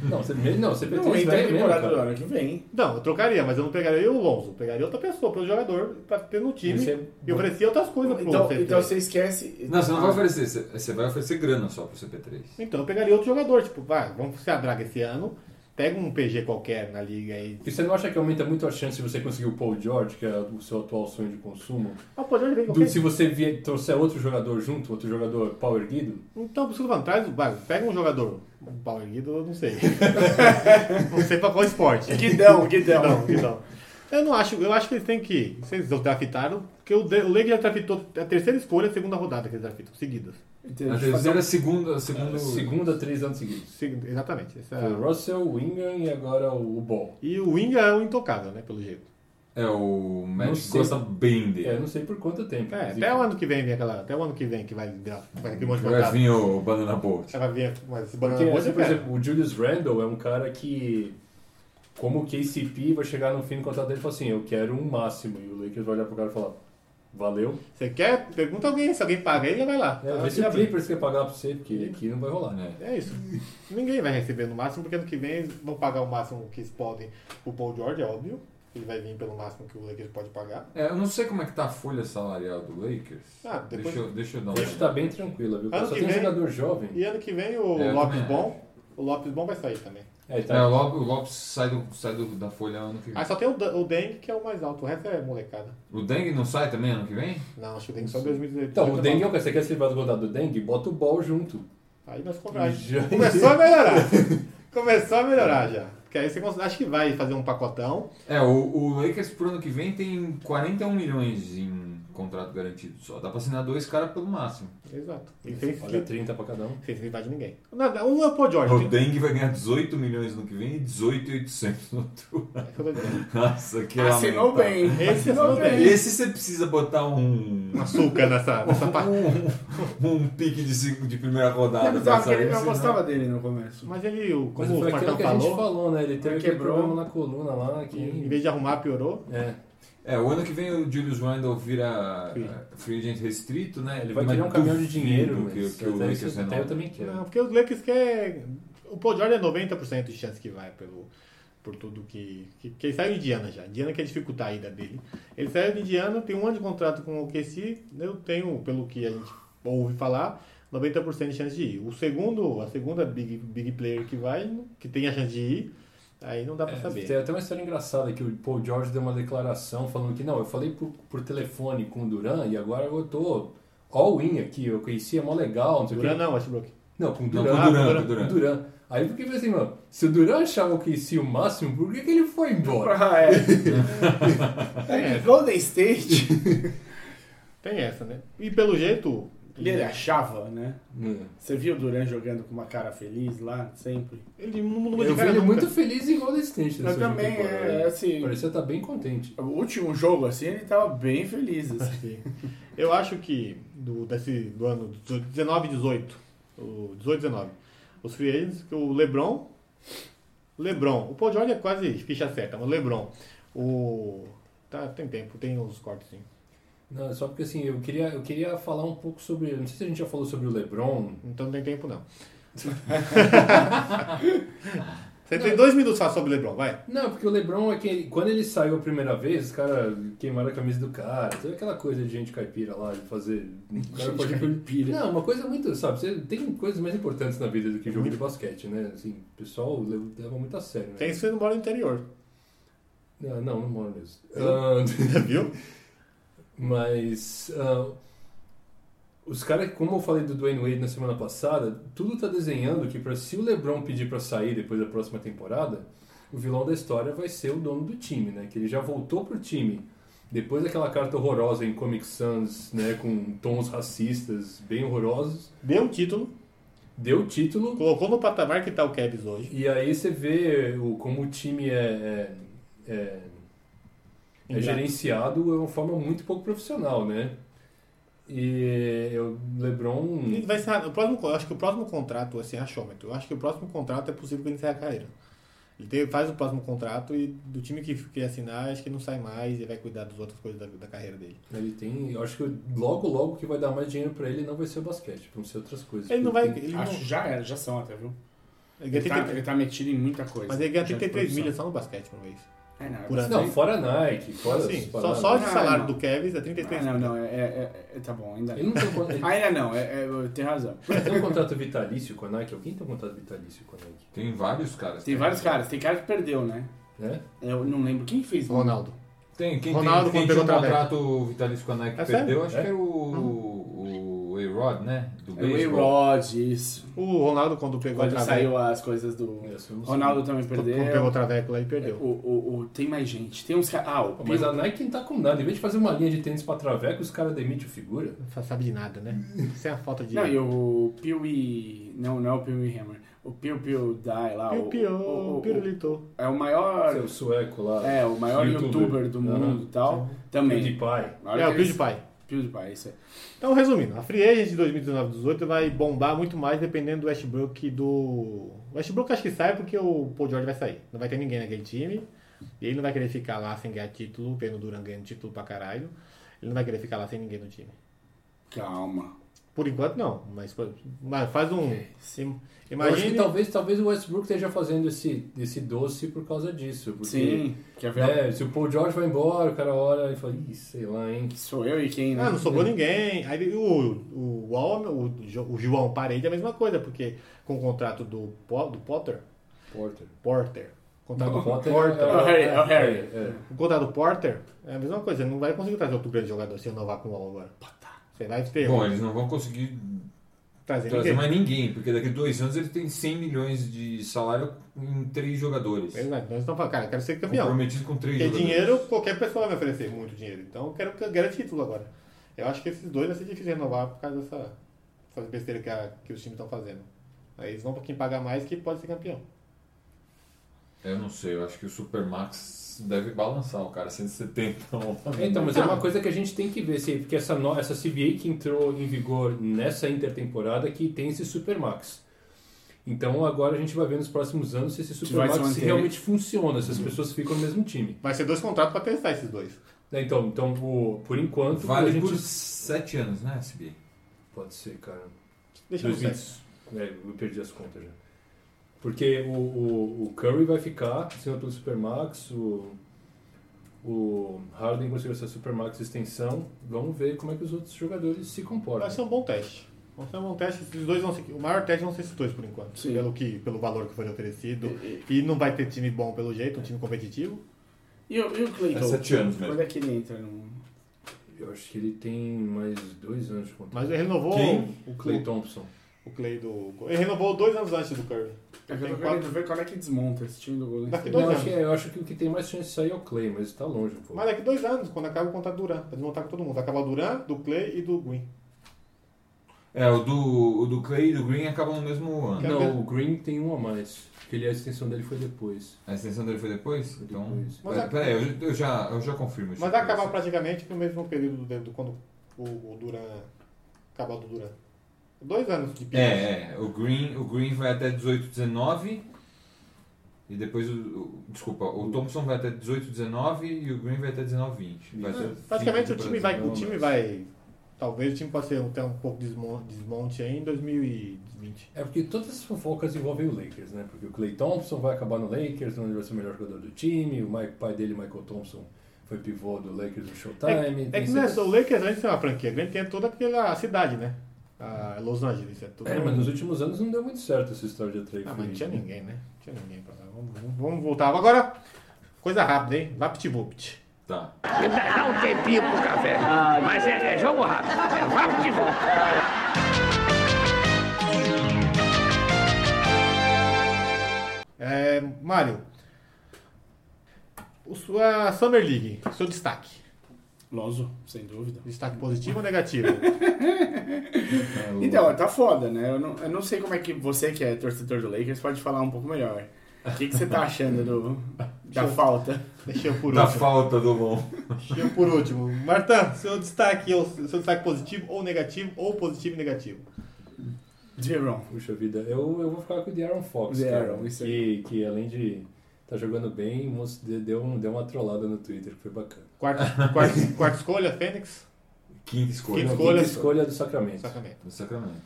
Speaker 4: Não, você, não, CP3
Speaker 3: Não, entra
Speaker 4: vai
Speaker 3: a
Speaker 4: mesmo,
Speaker 3: temporada
Speaker 4: cara.
Speaker 3: do ano que vem.
Speaker 2: Não, eu trocaria, mas eu não pegaria o Lonzo. Eu pegaria outra pessoa pelo jogador pra ter no time
Speaker 4: Você-
Speaker 2: e oferecia outras coisas pro
Speaker 3: Então,
Speaker 2: CP3.
Speaker 3: então você esquece...
Speaker 1: Não, você não vai
Speaker 3: Ah,
Speaker 1: oferecer, você- você vai oferecer grana só pro CP3.
Speaker 2: Então eu pegaria outro jogador, tipo, vai, vamos se a draga esse ano, pega um PG qualquer na liga aí.
Speaker 4: E você não acha que aumenta muito a chance de você conseguir o Paul George, que é o seu atual sonho de consumo?
Speaker 2: Ah, pode ver
Speaker 4: Do- se você vier, trouxer outro jogador junto, outro jogador pau erguido?
Speaker 2: Então, por isso que eu falo, traz, vai, pega um jogador. Um pau erguido, eu não sei. não sei pra qual esporte.
Speaker 3: Guidão, guidão.
Speaker 2: Não, não. Eu não acho, eu acho que eles têm que. Vocês draftaram, porque o de- o Lakers já draftou a terceira escolha e a segunda rodada que eles draftam, seguidas.
Speaker 3: Entendi.
Speaker 1: A terceira, segunda,
Speaker 4: É,
Speaker 1: segunda,
Speaker 4: Segunda, três anos seguidos.
Speaker 2: Segu- Exatamente. Essa- é
Speaker 4: Foi o Russell, o Ingram e agora o Ball.
Speaker 2: E o Inga é o um intocável, né? Pelo jeito.
Speaker 1: É, o Magic
Speaker 4: sei.
Speaker 1: gosta bem dele.
Speaker 4: É, não sei por quanto tempo.
Speaker 2: É,
Speaker 4: inclusive.
Speaker 2: até o ano que vem vem aquela. Até o ano que vem que vai virar. Vai ter um monte de
Speaker 1: Vai
Speaker 2: contrato.
Speaker 1: vir o Banana Boat.
Speaker 2: Você vai ver. Mas esse
Speaker 4: Porque,
Speaker 2: banana hoje
Speaker 4: assim,
Speaker 2: é
Speaker 4: por
Speaker 2: pera.
Speaker 4: exemplo, o Julius Randle é um cara que, como o KCP vai chegar no fim do contrato dele e falar assim, eu quero um máximo. E o Lakers vai olhar pro cara e falar, valeu.
Speaker 2: Você quer? Pergunta alguém. Se alguém paga ele, vai lá.
Speaker 4: É, vê se o Clippers quer pagar pra você, porque aqui não vai rolar.
Speaker 1: Né?
Speaker 2: É isso. Ninguém vai receber no máximo, porque ano que vem eles vão pagar o máximo que eles podem. O Paul George, é óbvio. Ele vai vir pelo máximo que o Lakers pode pagar.
Speaker 1: É, eu não sei como é que tá a folha salarial do Lakers.
Speaker 2: Ah, depois-
Speaker 1: deixa, eu, deixa eu dar uma
Speaker 4: Hoje tá bem tranquila, viu?
Speaker 2: Ano
Speaker 4: Só
Speaker 2: que
Speaker 4: tem
Speaker 2: vem-
Speaker 4: jogador jovem.
Speaker 2: E ano que vem o
Speaker 1: É, eu
Speaker 2: Lopes
Speaker 1: também
Speaker 2: Bom. O Lopes Bom vai sair também.
Speaker 4: É,
Speaker 1: É, o
Speaker 4: tá,
Speaker 1: Lopes, o Lopes sai, do, sai do- da folha ano que vem.
Speaker 2: Aí só tem o, Dan- o Deng, que é o mais alto. O resto é molecada.
Speaker 1: O Deng não sai também ano que vem?
Speaker 2: Não, acho que o Deng só em 2018.
Speaker 4: então, o Dengue, é o cara, você quer se livrar do contrato do Dengue? Bota o ball junto.
Speaker 2: Aí nós compramos.
Speaker 4: Já-
Speaker 2: Começou a melhorar. Começou a melhorar já. Que aí você cons- acho que vai fazer um pacotão.
Speaker 1: É, o, o Lakers pro ano que vem tem 41 milhões em contrato garantido só. Dá pra assinar dois caras pelo máximo.
Speaker 2: Exato. E sem
Speaker 4: Olha,
Speaker 2: se
Speaker 4: 30 pra cada um.
Speaker 2: sem se livrar de ninguém. Nada, um é o Paul George.
Speaker 1: O
Speaker 2: tem-
Speaker 1: Deng vai ganhar 18 milhões no que vem e 18,800 no outro.
Speaker 2: É isso que eu tô dizendo.
Speaker 1: Nossa, que
Speaker 3: Assinou
Speaker 1: lamentável.
Speaker 3: bem.
Speaker 2: Esse é
Speaker 3: assinou
Speaker 2: assinou bem.
Speaker 3: bem.
Speaker 1: Esse você precisa botar um.
Speaker 2: Um açúcar nessa, nessa parte.
Speaker 1: Um, um pique de, cinco- de primeira
Speaker 3: Eu,
Speaker 1: rodada pra
Speaker 3: gostava que
Speaker 1: sair.
Speaker 3: ele- eu
Speaker 1: senão-
Speaker 3: gostava dele no começo.
Speaker 2: Mas ele, o-
Speaker 4: Mas
Speaker 2: como
Speaker 4: foi
Speaker 2: o
Speaker 4: aquilo
Speaker 2: Marcão
Speaker 4: que a gente
Speaker 2: falou,
Speaker 4: falou, né? Ele teve
Speaker 3: Ele
Speaker 4: aquele
Speaker 3: quebrou.
Speaker 4: problema na coluna lá, que...
Speaker 2: em vez de arrumar, piorou.
Speaker 4: É,
Speaker 1: É, o ano que vem o Julius Randle vira
Speaker 2: Free.
Speaker 1: eh, free agent restrito, né?
Speaker 4: ele vai
Speaker 1: Mas
Speaker 4: criar um caminhão de
Speaker 1: duvido
Speaker 4: dinheiro,
Speaker 1: que,
Speaker 4: mas
Speaker 1: que o
Speaker 4: até
Speaker 1: Lakers
Speaker 4: isso- até
Speaker 1: renova.
Speaker 4: eu também quero.
Speaker 2: Não, porque o Lakers quer. O Paul George é 90% de chance que vai pelo, por tudo que, que. que ele saiu de Indiana já. Indiana quer dificultar a ida dele. Ele saiu de Indiana, tem um ano de contrato com o OKC. Eu tenho, pelo que a gente ouve falar, 90% de chance de ir. O segundo, a segunda big, big player que vai, que tem a chance de ir, aí não dá pra
Speaker 4: É,
Speaker 2: saber.
Speaker 4: Tem até uma história engraçada que o Paul George deu uma declaração falando que não, eu falei por, por telefone com o Duran e agora eu tô all in aqui, eu conheci, é mó legal, não sei o
Speaker 2: Duran
Speaker 4: quê.
Speaker 2: não, Westbrook.
Speaker 4: Não, com o
Speaker 1: Não,
Speaker 4: Duran.
Speaker 1: com o Duran,
Speaker 2: Duran,
Speaker 1: com o Duran.
Speaker 4: Duran. Aí eu fiquei pensando, assim, mano, se o Duran achava o KC o máximo, por que, que ele foi embora?
Speaker 3: Ah, é. É, Golden State,
Speaker 2: Tem essa, né? E pelo jeito.
Speaker 4: é.
Speaker 3: ele achava, né?
Speaker 4: Hum.
Speaker 3: Você viu o Duran jogando com uma cara feliz lá, sempre?
Speaker 2: Ele não muda de
Speaker 4: Eu vi
Speaker 2: cara
Speaker 4: ele
Speaker 2: nunca.
Speaker 4: muito feliz em Golden State.
Speaker 3: Eu
Speaker 4: nessa
Speaker 3: também,
Speaker 4: temporada.
Speaker 3: é, assim,
Speaker 4: Parecia estar bem contente.
Speaker 3: o último jogo, assim, ele tava bem feliz, assim.
Speaker 2: Sim. Eu acho que do, desse, do ano 19 e 18, o 18 e 19, os free agents, que o LeBron, LeBron, o Paul George é quase ficha certa, mas o LeBron, o... Tá, tem tempo, tem uns cortes sim.
Speaker 4: Não, só porque assim, eu queria, eu queria falar um pouco sobre. Não sei se a gente já falou sobre o LeBron.
Speaker 2: Então não tem tempo não. Você tem dois minutos pra falar sobre o LeBron, vai.
Speaker 4: Não, porque o Lebron é que quando ele saiu a primeira vez, os caras queimaram a camisa do cara. Teve aquela coisa de gente caipira lá, de fazer. O cara
Speaker 3: Gente
Speaker 4: pode
Speaker 3: caipira.
Speaker 4: Não, uma coisa muito. Sabe, você tem coisas mais importantes na vida do que jogo de basquete, né? Assim, o pessoal leva leva muito a sério, né?
Speaker 2: Tem isso que você não mora no interior,
Speaker 4: Não, não, não moro nisso. Ah,
Speaker 2: viu?
Speaker 4: Mas ah, os caras, como eu falei do Dwayne Wade na semana passada, tudo tá desenhando que pra, se o LeBron pedir pra sair depois da próxima temporada, o vilão da história vai ser o dono do time, né? Que ele já voltou pro time depois daquela carta horrorosa em Comic Sans, né, com tons racistas bem horrorosos,
Speaker 2: Deu o título,
Speaker 4: deu o título
Speaker 2: colocou no patamar que tá o Cavs hoje.
Speaker 4: e aí você vê o, como o time é, é, é, é
Speaker 2: Ingrato.
Speaker 4: gerenciado de uma forma muito pouco profissional, né? E o
Speaker 2: Ele
Speaker 4: LeBron.
Speaker 2: vai encerrar, o próximo, eu acho que o próximo contrato, assim, achômetro, eu acho que o próximo contrato é possível que ele encerre a carreira. Ele tem- faz o próximo contrato e do time que, que assinar, acho que não sai mais e vai cuidar das outras coisas da, da carreira dele.
Speaker 4: Ele tem. Eu acho que logo, logo que vai dar mais dinheiro pra ele não vai ser o basquete, vão ser outras coisas.
Speaker 2: Ele não vai.
Speaker 4: Porque tem-
Speaker 2: Ele não,
Speaker 3: Acho que já era, já são até, viu?
Speaker 2: ele ganha
Speaker 3: Ele tá,
Speaker 2: 30
Speaker 3: ele tá metido em muita coisa.
Speaker 2: mas ele ganha
Speaker 3: Já de
Speaker 2: 33
Speaker 3: produção.
Speaker 2: milhas só no basquete por mês.
Speaker 3: É, não, é
Speaker 2: Por
Speaker 3: bastante.
Speaker 4: Não, fora Nike, fora. as
Speaker 2: Assim, só,
Speaker 4: paradas.
Speaker 2: só de
Speaker 3: Ah,
Speaker 2: salário
Speaker 3: não.
Speaker 2: do Kevin é
Speaker 3: Ah,
Speaker 2: 33
Speaker 3: não,
Speaker 2: milhas.
Speaker 3: não, é, é- é- tá bom, ainda
Speaker 4: Ele não tem um, con- ele
Speaker 3: Ainda não, é, é, tem razão.
Speaker 4: tem um contrato vitalício com a Nike? Alguém tem um contrato vitalício com a Nike?
Speaker 1: Tem vários caras.
Speaker 3: Tem vários caras, tem cara que perdeu, né?
Speaker 4: Né?
Speaker 3: Eu não lembro quem fez. né?
Speaker 2: Ronaldo.
Speaker 1: Tem, quem
Speaker 2: Ronaldo,
Speaker 1: tem,
Speaker 2: quando
Speaker 1: quem tinha um
Speaker 2: pegou outra
Speaker 1: contrato vitalício com a Nike
Speaker 2: É
Speaker 1: que perdeu,
Speaker 2: sério?
Speaker 1: acho
Speaker 4: É?
Speaker 1: que era o, o A-Rod, né? Do
Speaker 3: É o
Speaker 1: beisebol.
Speaker 3: A-Rod, isso.
Speaker 2: O Ronaldo, quando pegou
Speaker 3: Quando
Speaker 2: outra
Speaker 3: saiu as coisas do.
Speaker 4: Essa eu não sei.
Speaker 3: Ronaldo também
Speaker 2: quando pegou
Speaker 3: perdeu. É,
Speaker 2: outra vécula, ele perdeu. é
Speaker 3: O, o, o- tem mais gente. Tem uns caras. Ah, o
Speaker 4: Mas
Speaker 2: um
Speaker 4: a
Speaker 3: Bill-
Speaker 4: Nike não tá com nada. Em vez de fazer uma linha de tênis pra traveco, os caras demitem o figura.
Speaker 2: Não sabe de nada, né? Isso é a falta de.
Speaker 3: Não, e o Pee Wee. Não, não é o Pee Wee Hammer. o Piu Piu Dai lá.
Speaker 2: Piu
Speaker 3: o-
Speaker 2: Piu,
Speaker 3: o- o-
Speaker 2: pirulito.
Speaker 3: É o maior.
Speaker 4: Seu sueco lá.
Speaker 3: É, o maior
Speaker 4: Youtuber.
Speaker 3: youtuber do
Speaker 4: Aham.
Speaker 3: mundo e tal. Também.
Speaker 4: PewDiePie.
Speaker 3: Na hora
Speaker 2: É, o
Speaker 3: que
Speaker 2: Pio
Speaker 3: eles-
Speaker 2: de Pai.
Speaker 3: PewDiePie, isso é, aí.
Speaker 2: Então, resumindo, a Free Agent de 2019-18 vai bombar muito mais dependendo do Westbrook e do. O Westbrook acho que sai porque o Paul George vai sair. Não vai ter ninguém naquele time. E ele não vai querer ficar lá sem ganhar título, pelo Duran ganhando título pra caralho. Ele não vai querer ficar lá sem ninguém no time.
Speaker 3: Calma.
Speaker 2: Por enquanto não, mas, pô, mas faz um. im-
Speaker 4: Eu acho que
Speaker 2: Imagine.
Speaker 4: talvez, talvez o Westbrook esteja fazendo esse, esse doce por causa disso. Porque,
Speaker 3: Sim, quer ver?
Speaker 4: né, se o Paul George vai embora, o cara olha e fala, Ih, sei lá, hein?
Speaker 3: Sou eu e
Speaker 4: tá
Speaker 3: quem, né?
Speaker 2: Ah, não sobrou ninguém. Aí o, o, Wall- o, Jo- o João Parede é a mesma coisa, porque com o contrato do, Po- do Potter.
Speaker 4: Porter.
Speaker 2: Porter. Contrato do
Speaker 4: Potter-
Speaker 2: Porter.
Speaker 3: É o Harry, é o Harry.
Speaker 4: é.
Speaker 2: O contrato do Porter é a mesma coisa, ele não vai conseguir trazer outro grande jogador se renovar com o Wall agora. Você vai ter um
Speaker 1: Bom, eles não vão conseguir
Speaker 2: trazer
Speaker 1: trazer
Speaker 2: ninguém.
Speaker 1: mais ninguém, porque daqui a dois anos ele tem 100 milhões de salário em três jogadores.
Speaker 2: Exato. Nós estamos falando, cara, eu quero ser É campeão.
Speaker 1: Comprometido né? com três
Speaker 2: Porque
Speaker 1: jogadores.
Speaker 2: dinheiro, qualquer pessoa vai oferecer muito dinheiro. Então eu quero que eu garantir título agora. Eu acho que esses dois vai ser difícil renovar por causa dessa, dessa besteira que, a- que os times estão fazendo. Aí eles vão pra quem pagar mais que pode ser campeão.
Speaker 1: Eu não sei, eu acho que o Supermax deve balançar o cara, 170.
Speaker 4: Então, mas é uma coisa que a gente tem que ver, se, porque essa, no- essa CBA que entrou em vigor nessa intertemporada que tem esse Supermax. Então agora a gente vai ver nos próximos anos se esse
Speaker 3: Se vai se
Speaker 4: Supermax
Speaker 3: manter.
Speaker 4: realmente funciona, se as pessoas ficam no mesmo time.
Speaker 2: Vai ser dois contratos pra testar esses dois.
Speaker 4: Né, Então, então o- por enquanto, a
Speaker 1: Vale
Speaker 4: gente...
Speaker 1: por sete anos, né, SB?
Speaker 4: Pode ser, cara.
Speaker 2: Deixa eu ver.
Speaker 4: 2000, é, eu perdi as contas já. Porque o, o, o Curry vai ficar sendo pelo Supermax, o, o Harden conseguiu essa Supermax extensão. Vamos ver como é que os outros jogadores se comportam.
Speaker 2: Vai ser um bom teste. Vai ser um bom teste. Esses dois vão ser, o maior teste vão ser esses dois por enquanto.
Speaker 3: Sim.
Speaker 2: Pelo, que, pelo valor que foi oferecido.
Speaker 3: E-
Speaker 2: E não vai ter time bom pelo jeito, um time competitivo.
Speaker 3: E o, e o
Speaker 1: É
Speaker 3: Clayton?
Speaker 1: sete anos mesmo.
Speaker 3: Quando é que ele entra? No...
Speaker 4: Eu acho que ele tem mais dois anos de contrato.
Speaker 2: Mas ele renovou
Speaker 1: Quem?
Speaker 2: o
Speaker 4: O Clay Thompson.
Speaker 2: O Clay do. Ele renovou dois anos antes do Curry. Tem
Speaker 3: Eu tô
Speaker 2: quatro.
Speaker 3: querendo ver quando é que desmonta esse time do Golden
Speaker 2: Daqui dois
Speaker 3: State.
Speaker 4: Não,
Speaker 2: anos.
Speaker 4: acho que, é, eu acho que o que tem mais chance de sair é o Clay, mas tá longe um pouco.
Speaker 2: Mas daqui dois anos, quando acaba o contrato do Duran. Pra desmontar com todo mundo. Vai acabar o Duran, do Clay e do Green.
Speaker 1: É, o do, o do Clay e do Green acabam no mesmo ano.
Speaker 4: Não, o Green tem um a mais. Porque ele, a extensão dele foi depois.
Speaker 1: A extensão dele foi depois?
Speaker 4: Foi
Speaker 1: Então.
Speaker 4: depois.
Speaker 2: Mas
Speaker 1: Pera-
Speaker 2: a-
Speaker 1: Peraí, eu, eu já, eu já confirmo isso.
Speaker 2: Mas vai acabar praticamente no mesmo período do, do quando o, o Duran. Acabar do Duran. Dois anos de pique.
Speaker 1: É, é. O Green, o Green vai até 18, 19. E depois o. o- Desculpa, o Thompson vai até 18, 19 e o Green vai até 19, 20. Vai até
Speaker 2: Então, Praticamente o
Speaker 1: 20
Speaker 2: time vai. O
Speaker 1: temporada.
Speaker 2: time vai. Talvez o time possa ser até um pouco desmon- desmonte aí em 2020.
Speaker 4: É porque todas as fofocas envolvem o Lakers, né? Porque o Clay Thompson vai acabar no Lakers, onde ele vai ser o melhor jogador do time. O Mike- pai dele, Michael Thompson, foi pivô do Lakers no Showtime.
Speaker 2: É
Speaker 4: tem
Speaker 2: que não é
Speaker 4: esse-
Speaker 2: só o Lakers, antes de ser uma franquia grande, tem toda aquela cidade, né? A Los Angeles, é tudo.
Speaker 4: É, mas nos últimos anos não deu muito certo essa história de trade.
Speaker 2: Ah, mas
Speaker 4: free.
Speaker 2: não tinha ninguém, né? Não tinha ninguém pra lá. Vamos, vamos- vamos voltar. Agora, coisa rápida, hein? Vapt-vupt.
Speaker 1: Tá.
Speaker 5: Dá um tempinho pro café. Mas é, é jogo rápido. É rápido de volta.
Speaker 2: É, Mário, o sua Summer League, seu destaque.
Speaker 3: Lonzo, sem dúvida.
Speaker 2: Destaque positivo ou negativo?
Speaker 3: Então, tá foda, né? Eu não, eu não sei como é que você, que é torcedor do Lakers, pode falar um pouco melhor. O que, que você tá achando do, da falta?
Speaker 2: Deixa eu por
Speaker 4: Tá
Speaker 1: Da
Speaker 2: último.
Speaker 1: falta do bom.
Speaker 2: Deixa eu por último. Martã, seu destaque, é o- seu destaque positivo ou negativo, ou positivo e negativo?
Speaker 3: Jerome.
Speaker 4: Puxa vida, eu, eu vou ficar com o De'Aaron Fox,
Speaker 3: De'Aaron,
Speaker 4: cara,
Speaker 3: isso
Speaker 4: que, que além de tá jogando bem, o moço de- deu, um- deu uma trollada no Twitter, que foi bacana.
Speaker 2: Quarta, quarta, quarta escolha, Fênix?
Speaker 1: Quinta escolha.
Speaker 2: Quinta
Speaker 1: Quinta
Speaker 2: Escolha-
Speaker 4: Quinta escolha do Sacramento.
Speaker 2: Sacramento.
Speaker 1: Do Sacramento.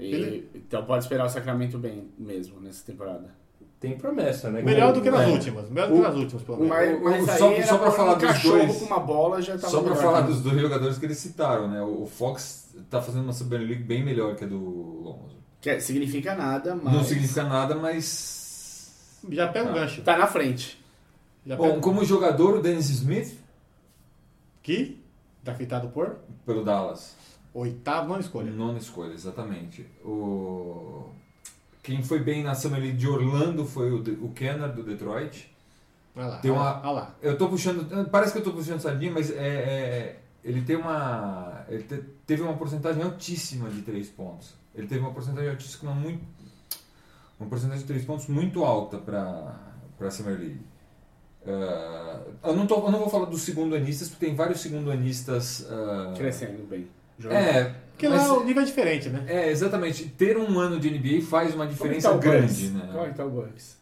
Speaker 3: E- então pode esperar o Sacramento bem mesmo nessa temporada.
Speaker 4: Tem promessa, né?
Speaker 2: Melhor do que nas
Speaker 4: É.
Speaker 2: últimas. Melhor do que nas últimas, pelo menos.
Speaker 1: Mas- mas só-
Speaker 3: era
Speaker 1: só pra falar
Speaker 3: um
Speaker 1: dos
Speaker 3: cachorro
Speaker 1: dois.
Speaker 3: com uma bola já tava
Speaker 1: Só pra
Speaker 3: melhor.
Speaker 1: falar dos dois jogadores que eles citaram, né? O o Fox tá fazendo uma Summer League bem melhor que a do Lonzo.
Speaker 3: Que significa nada, mas
Speaker 1: Não significa nada, mas.
Speaker 2: Já pega um
Speaker 1: Ah.
Speaker 2: gancho.
Speaker 3: tá na frente. É
Speaker 2: Já
Speaker 1: Bom,
Speaker 2: pega-
Speaker 1: como jogador, o Dennis Smith,
Speaker 2: Que? Tá fitado por?
Speaker 1: pelo Dallas.
Speaker 2: Oitavo, não escolha.
Speaker 1: Nona escolha, exatamente. O... Quem foi bem na Summer League de Orlando foi o, De- o Kenner, do Detroit.
Speaker 2: Olha lá.
Speaker 1: Tem
Speaker 2: olha
Speaker 1: uma-
Speaker 2: lá, olha lá.
Speaker 1: Eu tô puxando. Parece que eu tô puxando sardinha, mas é, é- ele tem uma. Ele te- teve uma porcentagem altíssima de três pontos. Ele teve uma porcentagem altíssima muito. uma porcentagem de três pontos muito alta para a Summer League. Ah, eu, não tô- eu não vou falar dos segundanistas, porque tem vários segundanistas. ah,
Speaker 3: Crescendo bem.
Speaker 1: é,
Speaker 2: Porque
Speaker 1: mas-
Speaker 2: lá o nível é diferente, né?
Speaker 1: é, exatamente. Ter um ano de NBA faz uma
Speaker 3: Como é que
Speaker 1: diferença
Speaker 3: tá o
Speaker 1: grande,
Speaker 3: Bucks?
Speaker 1: né?
Speaker 3: Como é que tá o Bucks?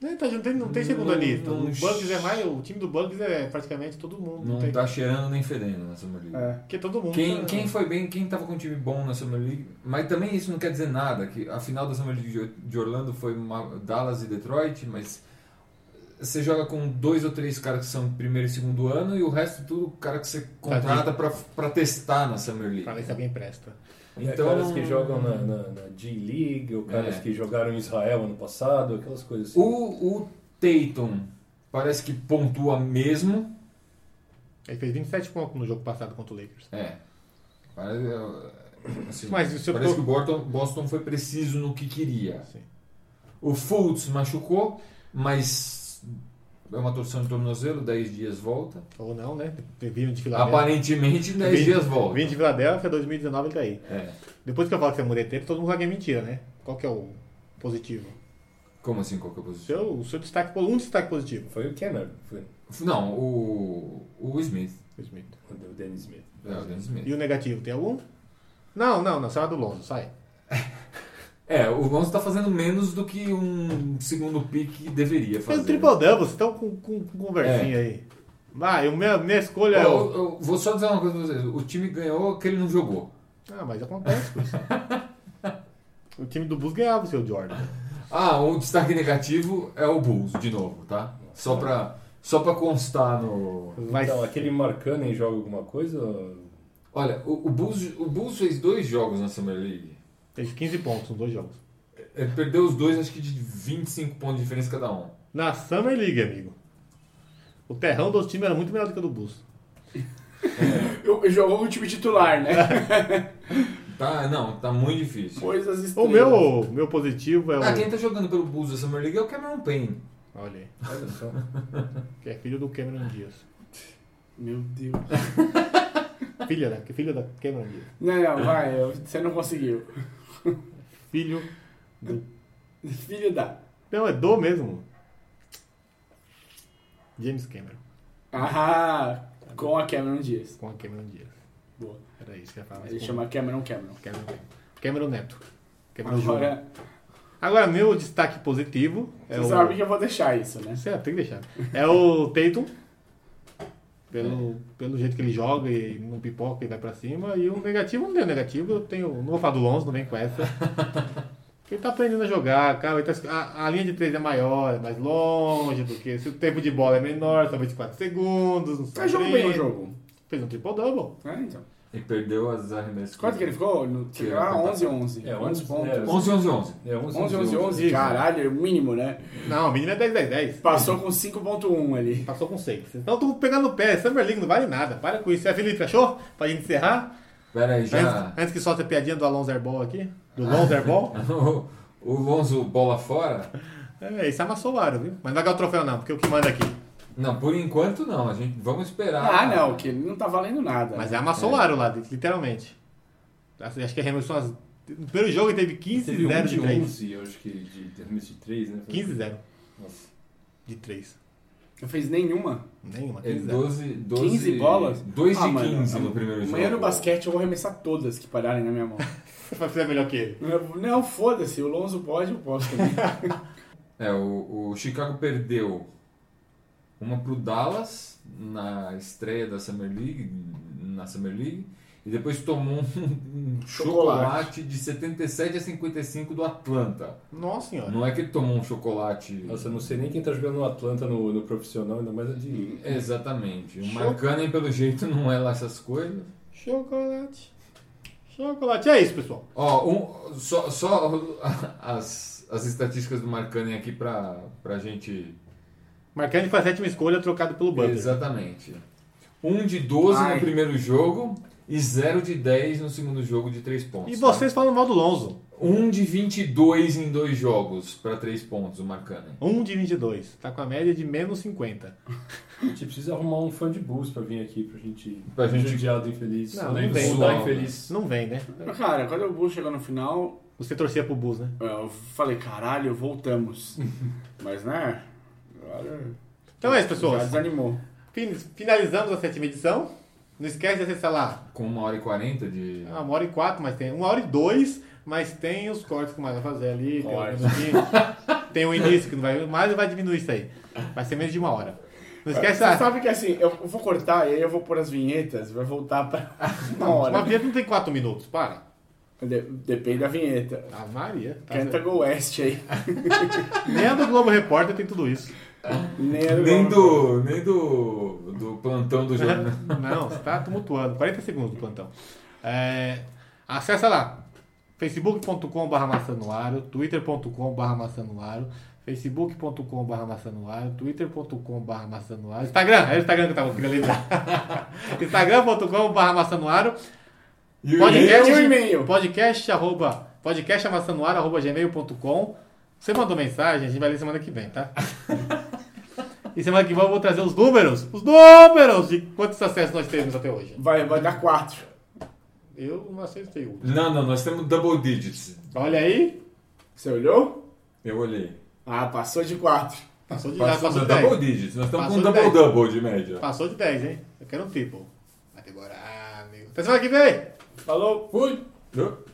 Speaker 2: Não tá- não tem, não tem segundo anista.
Speaker 1: Hum, Não-
Speaker 2: O Bugs é mais. O time do Bugs é praticamente todo mundo. Não,
Speaker 1: Não
Speaker 2: tem.
Speaker 1: tá cheirando nem fedendo na Summer League.
Speaker 3: É.
Speaker 2: Porque todo mundo.
Speaker 1: Quem,
Speaker 2: tá-
Speaker 1: quem foi bem, quem tava com um time bom na Summer League, mas também isso não quer dizer nada, que a final da Summer League de Or- de Orlando foi uma- Dallas e Detroit, mas você joga com dois ou três caras que são primeiro e segundo ano e o resto tudo cara que
Speaker 4: Tá
Speaker 1: você contrata pra pra testar na Summer
Speaker 2: Pra ver
Speaker 1: League.
Speaker 2: se alguém presta.
Speaker 4: Então, caras que jogam na, na, na G-League, ou caras
Speaker 1: É.
Speaker 4: que jogaram em Israel ano passado, aquelas coisas assim.
Speaker 1: O, o Tatum parece que pontua mesmo,
Speaker 2: Ele fez 27 pontos no jogo passado contra o Lakers.
Speaker 1: é. Parece, assim,
Speaker 2: Mas isso eu
Speaker 1: parece que
Speaker 2: tô-
Speaker 1: o Borton- Boston foi preciso no que queria.
Speaker 2: Assim.
Speaker 1: O Fultz machucou, mas é uma torção de tornozelo, 10 dias volta.
Speaker 2: Ou não, né? Vindo de Filadélfia.
Speaker 1: Aparentemente, 10
Speaker 2: Vim-
Speaker 1: dias volta.
Speaker 2: Vindo de Filadélfia, 2019 ele tá aí.
Speaker 1: É.
Speaker 2: Depois que eu falo que você é mureteiro, todo mundo sabe que é mentira, né? Qual que é o positivo?
Speaker 1: Como assim, qual que é a
Speaker 2: O
Speaker 1: posição?
Speaker 2: seu, o seu destaque, um destaque positivo.
Speaker 4: Foi o Kenner, foi
Speaker 1: Não, o, o Smith.
Speaker 2: Smith.
Speaker 4: o Dennis Smith.
Speaker 1: É, o Dennis Smith.
Speaker 2: E o negativo, tem algum? Não, não, não. Sai lá do Lonzo, sai.
Speaker 1: É, o Lonzo tá fazendo menos do que um segundo pique deveria
Speaker 2: Fez
Speaker 1: fazer.
Speaker 2: um triple double, vocês estão com, com, com
Speaker 4: É.
Speaker 2: conversinha aí. Vai, o meu- minha escolha é
Speaker 1: Eu,
Speaker 2: o.
Speaker 1: eu vou só dizer uma coisa pra vocês. O time ganhou que ele não jogou.
Speaker 2: Ah, mas acontece, pessoal. o time do Bulls ganhava o seu Jordan.
Speaker 1: Ah, o destaque negativo é o Bulls, de novo, tá?
Speaker 3: né?
Speaker 1: Só pra, só pra constar no...
Speaker 2: Mas
Speaker 4: Então, aquele Marcanen joga alguma coisa?
Speaker 1: Olha, o, o, Bulls, o Bulls fez dois jogos na Summer League.
Speaker 2: fez 15 pontos nos dois jogos.
Speaker 1: Ele perdeu os dois, acho que de 25 pontos de diferença cada um.
Speaker 2: Na Summer League, amigo. O terrão dos times era muito melhor do que o do Bulls.
Speaker 3: Eu- eu Jogou com o time titular, né?
Speaker 1: Tá, não, tá muito difícil.
Speaker 3: Pois as
Speaker 2: O
Speaker 3: estrelas.
Speaker 4: né?
Speaker 2: meu, meu positivo é o.
Speaker 1: Ah, quem tá jogando pelo Bulls da Summer League é o Cameron Payne.
Speaker 2: Olha aí.
Speaker 4: Olha só.
Speaker 2: Que é filho do Cameron Dias.
Speaker 3: Meu Deus.
Speaker 2: Filha da, filho da Cameron Dias.
Speaker 3: Não, não, vai. eu- Você não conseguiu.
Speaker 2: Filho.
Speaker 3: Filho da...
Speaker 2: Não, é do mesmo. James Cameron.
Speaker 3: Ah, com a Cameron Diaz.
Speaker 2: Com a Cameron Dias.
Speaker 3: Boa.
Speaker 2: Era isso que eu ia falar. mas
Speaker 3: Ele
Speaker 2: com-
Speaker 3: chama Cameron Cameron.
Speaker 2: Cameron Cameron. Cameron Neto. Cameron Júnior.
Speaker 3: Agora,
Speaker 2: Agora, meu destaque positivo é
Speaker 3: você
Speaker 2: o.
Speaker 3: sabe que eu vou deixar isso, né?
Speaker 2: Você tem que deixar. É o Tatum. Pelo, pelo jeito que ele joga e não pipoca e vai pra cima. E o negativo, não tem negativo. Eu tenho, não vou falar do Lonzo, não vem com essa. Ele tá aprendendo a jogar, cara. ele tá- a, a linha de três é maior, é mais longe do que. Se o tempo de bola é menor, são 24 segundos. Não sei
Speaker 3: Mas jogou bem o
Speaker 2: direito.
Speaker 3: jogo.
Speaker 2: Fez um triple-double.
Speaker 3: né, então.
Speaker 1: E perdeu as arremessas.
Speaker 3: Quanto que ele ficou? assim. No, sei lá, 11 11.
Speaker 4: É,
Speaker 3: 11
Speaker 4: 11,
Speaker 3: pontos.
Speaker 4: é.
Speaker 1: 11, 11, 11.
Speaker 4: É 11,
Speaker 3: 11 11 11.
Speaker 2: Isso.
Speaker 3: Caralho, é o mínimo, né?
Speaker 2: Não, o mínimo é 10, 10, 10.
Speaker 3: Passou com 5.1 ali.
Speaker 2: Passou com 6. Então eu tô pegando o pé. Summer League não vale nada. Para com isso. É, Felipe, achou? Pra gente encerrar.
Speaker 1: Pera aí, já...
Speaker 2: Antes, antes que solte a piadinha do Alonso Airball aqui, do Lonzo Airball,
Speaker 1: O, o Lonzo bola fora?
Speaker 2: é, isso amassou o aro, viu? Mas não vai ganhar o troféu não, porque o que manda aqui.
Speaker 1: Não, por enquanto não. A gente... Vamos esperar.
Speaker 3: Ah, não, que ele não tá valendo nada.
Speaker 2: Mas é amassou o aro lá, literalmente. Acho acho que arremessou umas... No primeiro jogo ele teve 15
Speaker 4: Teve
Speaker 2: 0
Speaker 4: um de
Speaker 2: de 3.
Speaker 4: 11, eu acho que de arremesso de 3, né?
Speaker 2: 15 0
Speaker 4: Nossa.
Speaker 2: de 3.
Speaker 3: Não fez nenhuma.
Speaker 2: Nenhuma,
Speaker 1: É
Speaker 2: 15 0.
Speaker 1: 12, 12...
Speaker 3: 15 bolas?
Speaker 1: 2 de
Speaker 3: Ah, mano,
Speaker 1: 15 no primeiro jogo.
Speaker 3: Amanhã no basquete eu vou arremessar todas que pararem na minha mão.
Speaker 2: Vai fazer melhor que ele.
Speaker 3: Eu- Não, foda-se, o Lonzo pode, eu posso também.
Speaker 1: É, o, o Chicago perdeu uma pro Dallas na estreia da Summer League, na Summer League, e depois tomou um chocolate,
Speaker 3: Chocolate.
Speaker 1: de 77 a 55 do Atlanta.
Speaker 2: Nossa senhora.
Speaker 1: Não é que ele tomou um chocolate.
Speaker 4: Nossa, eu não sei nem quem tá jogando no Atlanta no, no profissional, ainda mais a G-League.
Speaker 1: Exatamente. O
Speaker 2: Cho-
Speaker 1: Marcanen, pelo jeito, não é lá essas coisas.
Speaker 2: Chocolate. Chocolate. É isso, pessoal.
Speaker 1: Ó, um- só, só as, as estatísticas do Marcanen aqui pra, pra gente.
Speaker 2: Marcante foi a sétima escolha trocado pelo Butler.
Speaker 1: Exatamente. 1 de 12
Speaker 3: Ai.
Speaker 1: no primeiro jogo e 0 de 10 no segundo jogo de 3 pontos.
Speaker 2: E vocês falam mal do Lonzo.
Speaker 1: tá? 1 de 22 em dois jogos para três pontos, o Marcano.
Speaker 2: 1 de 22. Tá com a média de menos 50.
Speaker 4: A gente precisa arrumar um fã de Bulls pra vir aqui pra gente.
Speaker 1: Pra gente-
Speaker 4: Judiado infeliz.
Speaker 2: Não, não
Speaker 4: né?
Speaker 2: vem.
Speaker 4: Sudar
Speaker 1: Não.
Speaker 4: infeliz.
Speaker 2: Não vem, né?
Speaker 3: Cara, quando o Bulls chegou no final,
Speaker 2: Você torcia pro Bulls, né?
Speaker 3: eu falei, caralho, voltamos. Mas, né? Agora
Speaker 2: Então é isso,
Speaker 3: já
Speaker 2: pessoal.
Speaker 3: desanimou.
Speaker 2: Fin- Finalizamos a sétima edição. Não esquece de acessar lá.
Speaker 1: Com uma hora e 40 de.
Speaker 2: Ah, Uma hora e quatro, mas tem. Uma hora e dois, mas tem os cortes que o Mário vai fazer ali. Tem,
Speaker 3: Corte.
Speaker 2: o- tem o início que não vai. O Mário vai diminuir isso aí. Vai ser menos de uma hora. Não esquece.
Speaker 3: Você
Speaker 2: a-
Speaker 3: sabe que assim, eu vou cortar e aí eu vou pôr as vinhetas vai voltar pra uma
Speaker 2: Uma
Speaker 3: hora.
Speaker 2: vinheta não tem quatro minutos, para.
Speaker 3: De- depende da vinheta.
Speaker 2: A Maria. Tá
Speaker 3: Canta
Speaker 2: certo.
Speaker 3: Go West aí.
Speaker 2: Nem a do Globo Repórter tem tudo isso.
Speaker 3: Nem, é a
Speaker 1: Nem do. Nem do. do plantão do jornal.
Speaker 2: Não, você tá tumultuando. 40 segundos do plantão. É, acessa lá. facebook.com.br maçanuário, twitter.com.br maçanuário, facebook.com.br maçanuário, twitter.com.br maçanuário, Instagram, é o Instagram que eu tava querendo lembrar. instagram.com.br maçanuário,
Speaker 1: E o-
Speaker 2: podcast,
Speaker 3: e o e-mail?
Speaker 2: podcast, arroba, podcast amaçanuário, arroba gmail.com. Você mandou mensagem, a gente vai ler semana que vem, tá? e semana que vem eu vou trazer os números, os números de quantos acessos nós temos até hoje.
Speaker 3: Vai, vai dar quatro.
Speaker 2: Eu não aceitei o.
Speaker 1: Não, não, nós temos double digits.
Speaker 2: Olha aí,
Speaker 3: Você olhou?
Speaker 1: Eu olhei.
Speaker 3: Ah, passou de quatro.
Speaker 2: passou de,
Speaker 1: Passou,
Speaker 2: passou de
Speaker 1: double
Speaker 2: 10.
Speaker 1: digits. Nós estamos com
Speaker 2: Tá Passou de
Speaker 1: double double de média.
Speaker 2: Passou de 10, hein? Eu quero um triple. Vai demorar, amigo. Até semana que vem!
Speaker 3: Falou.
Speaker 1: Fui! Eu-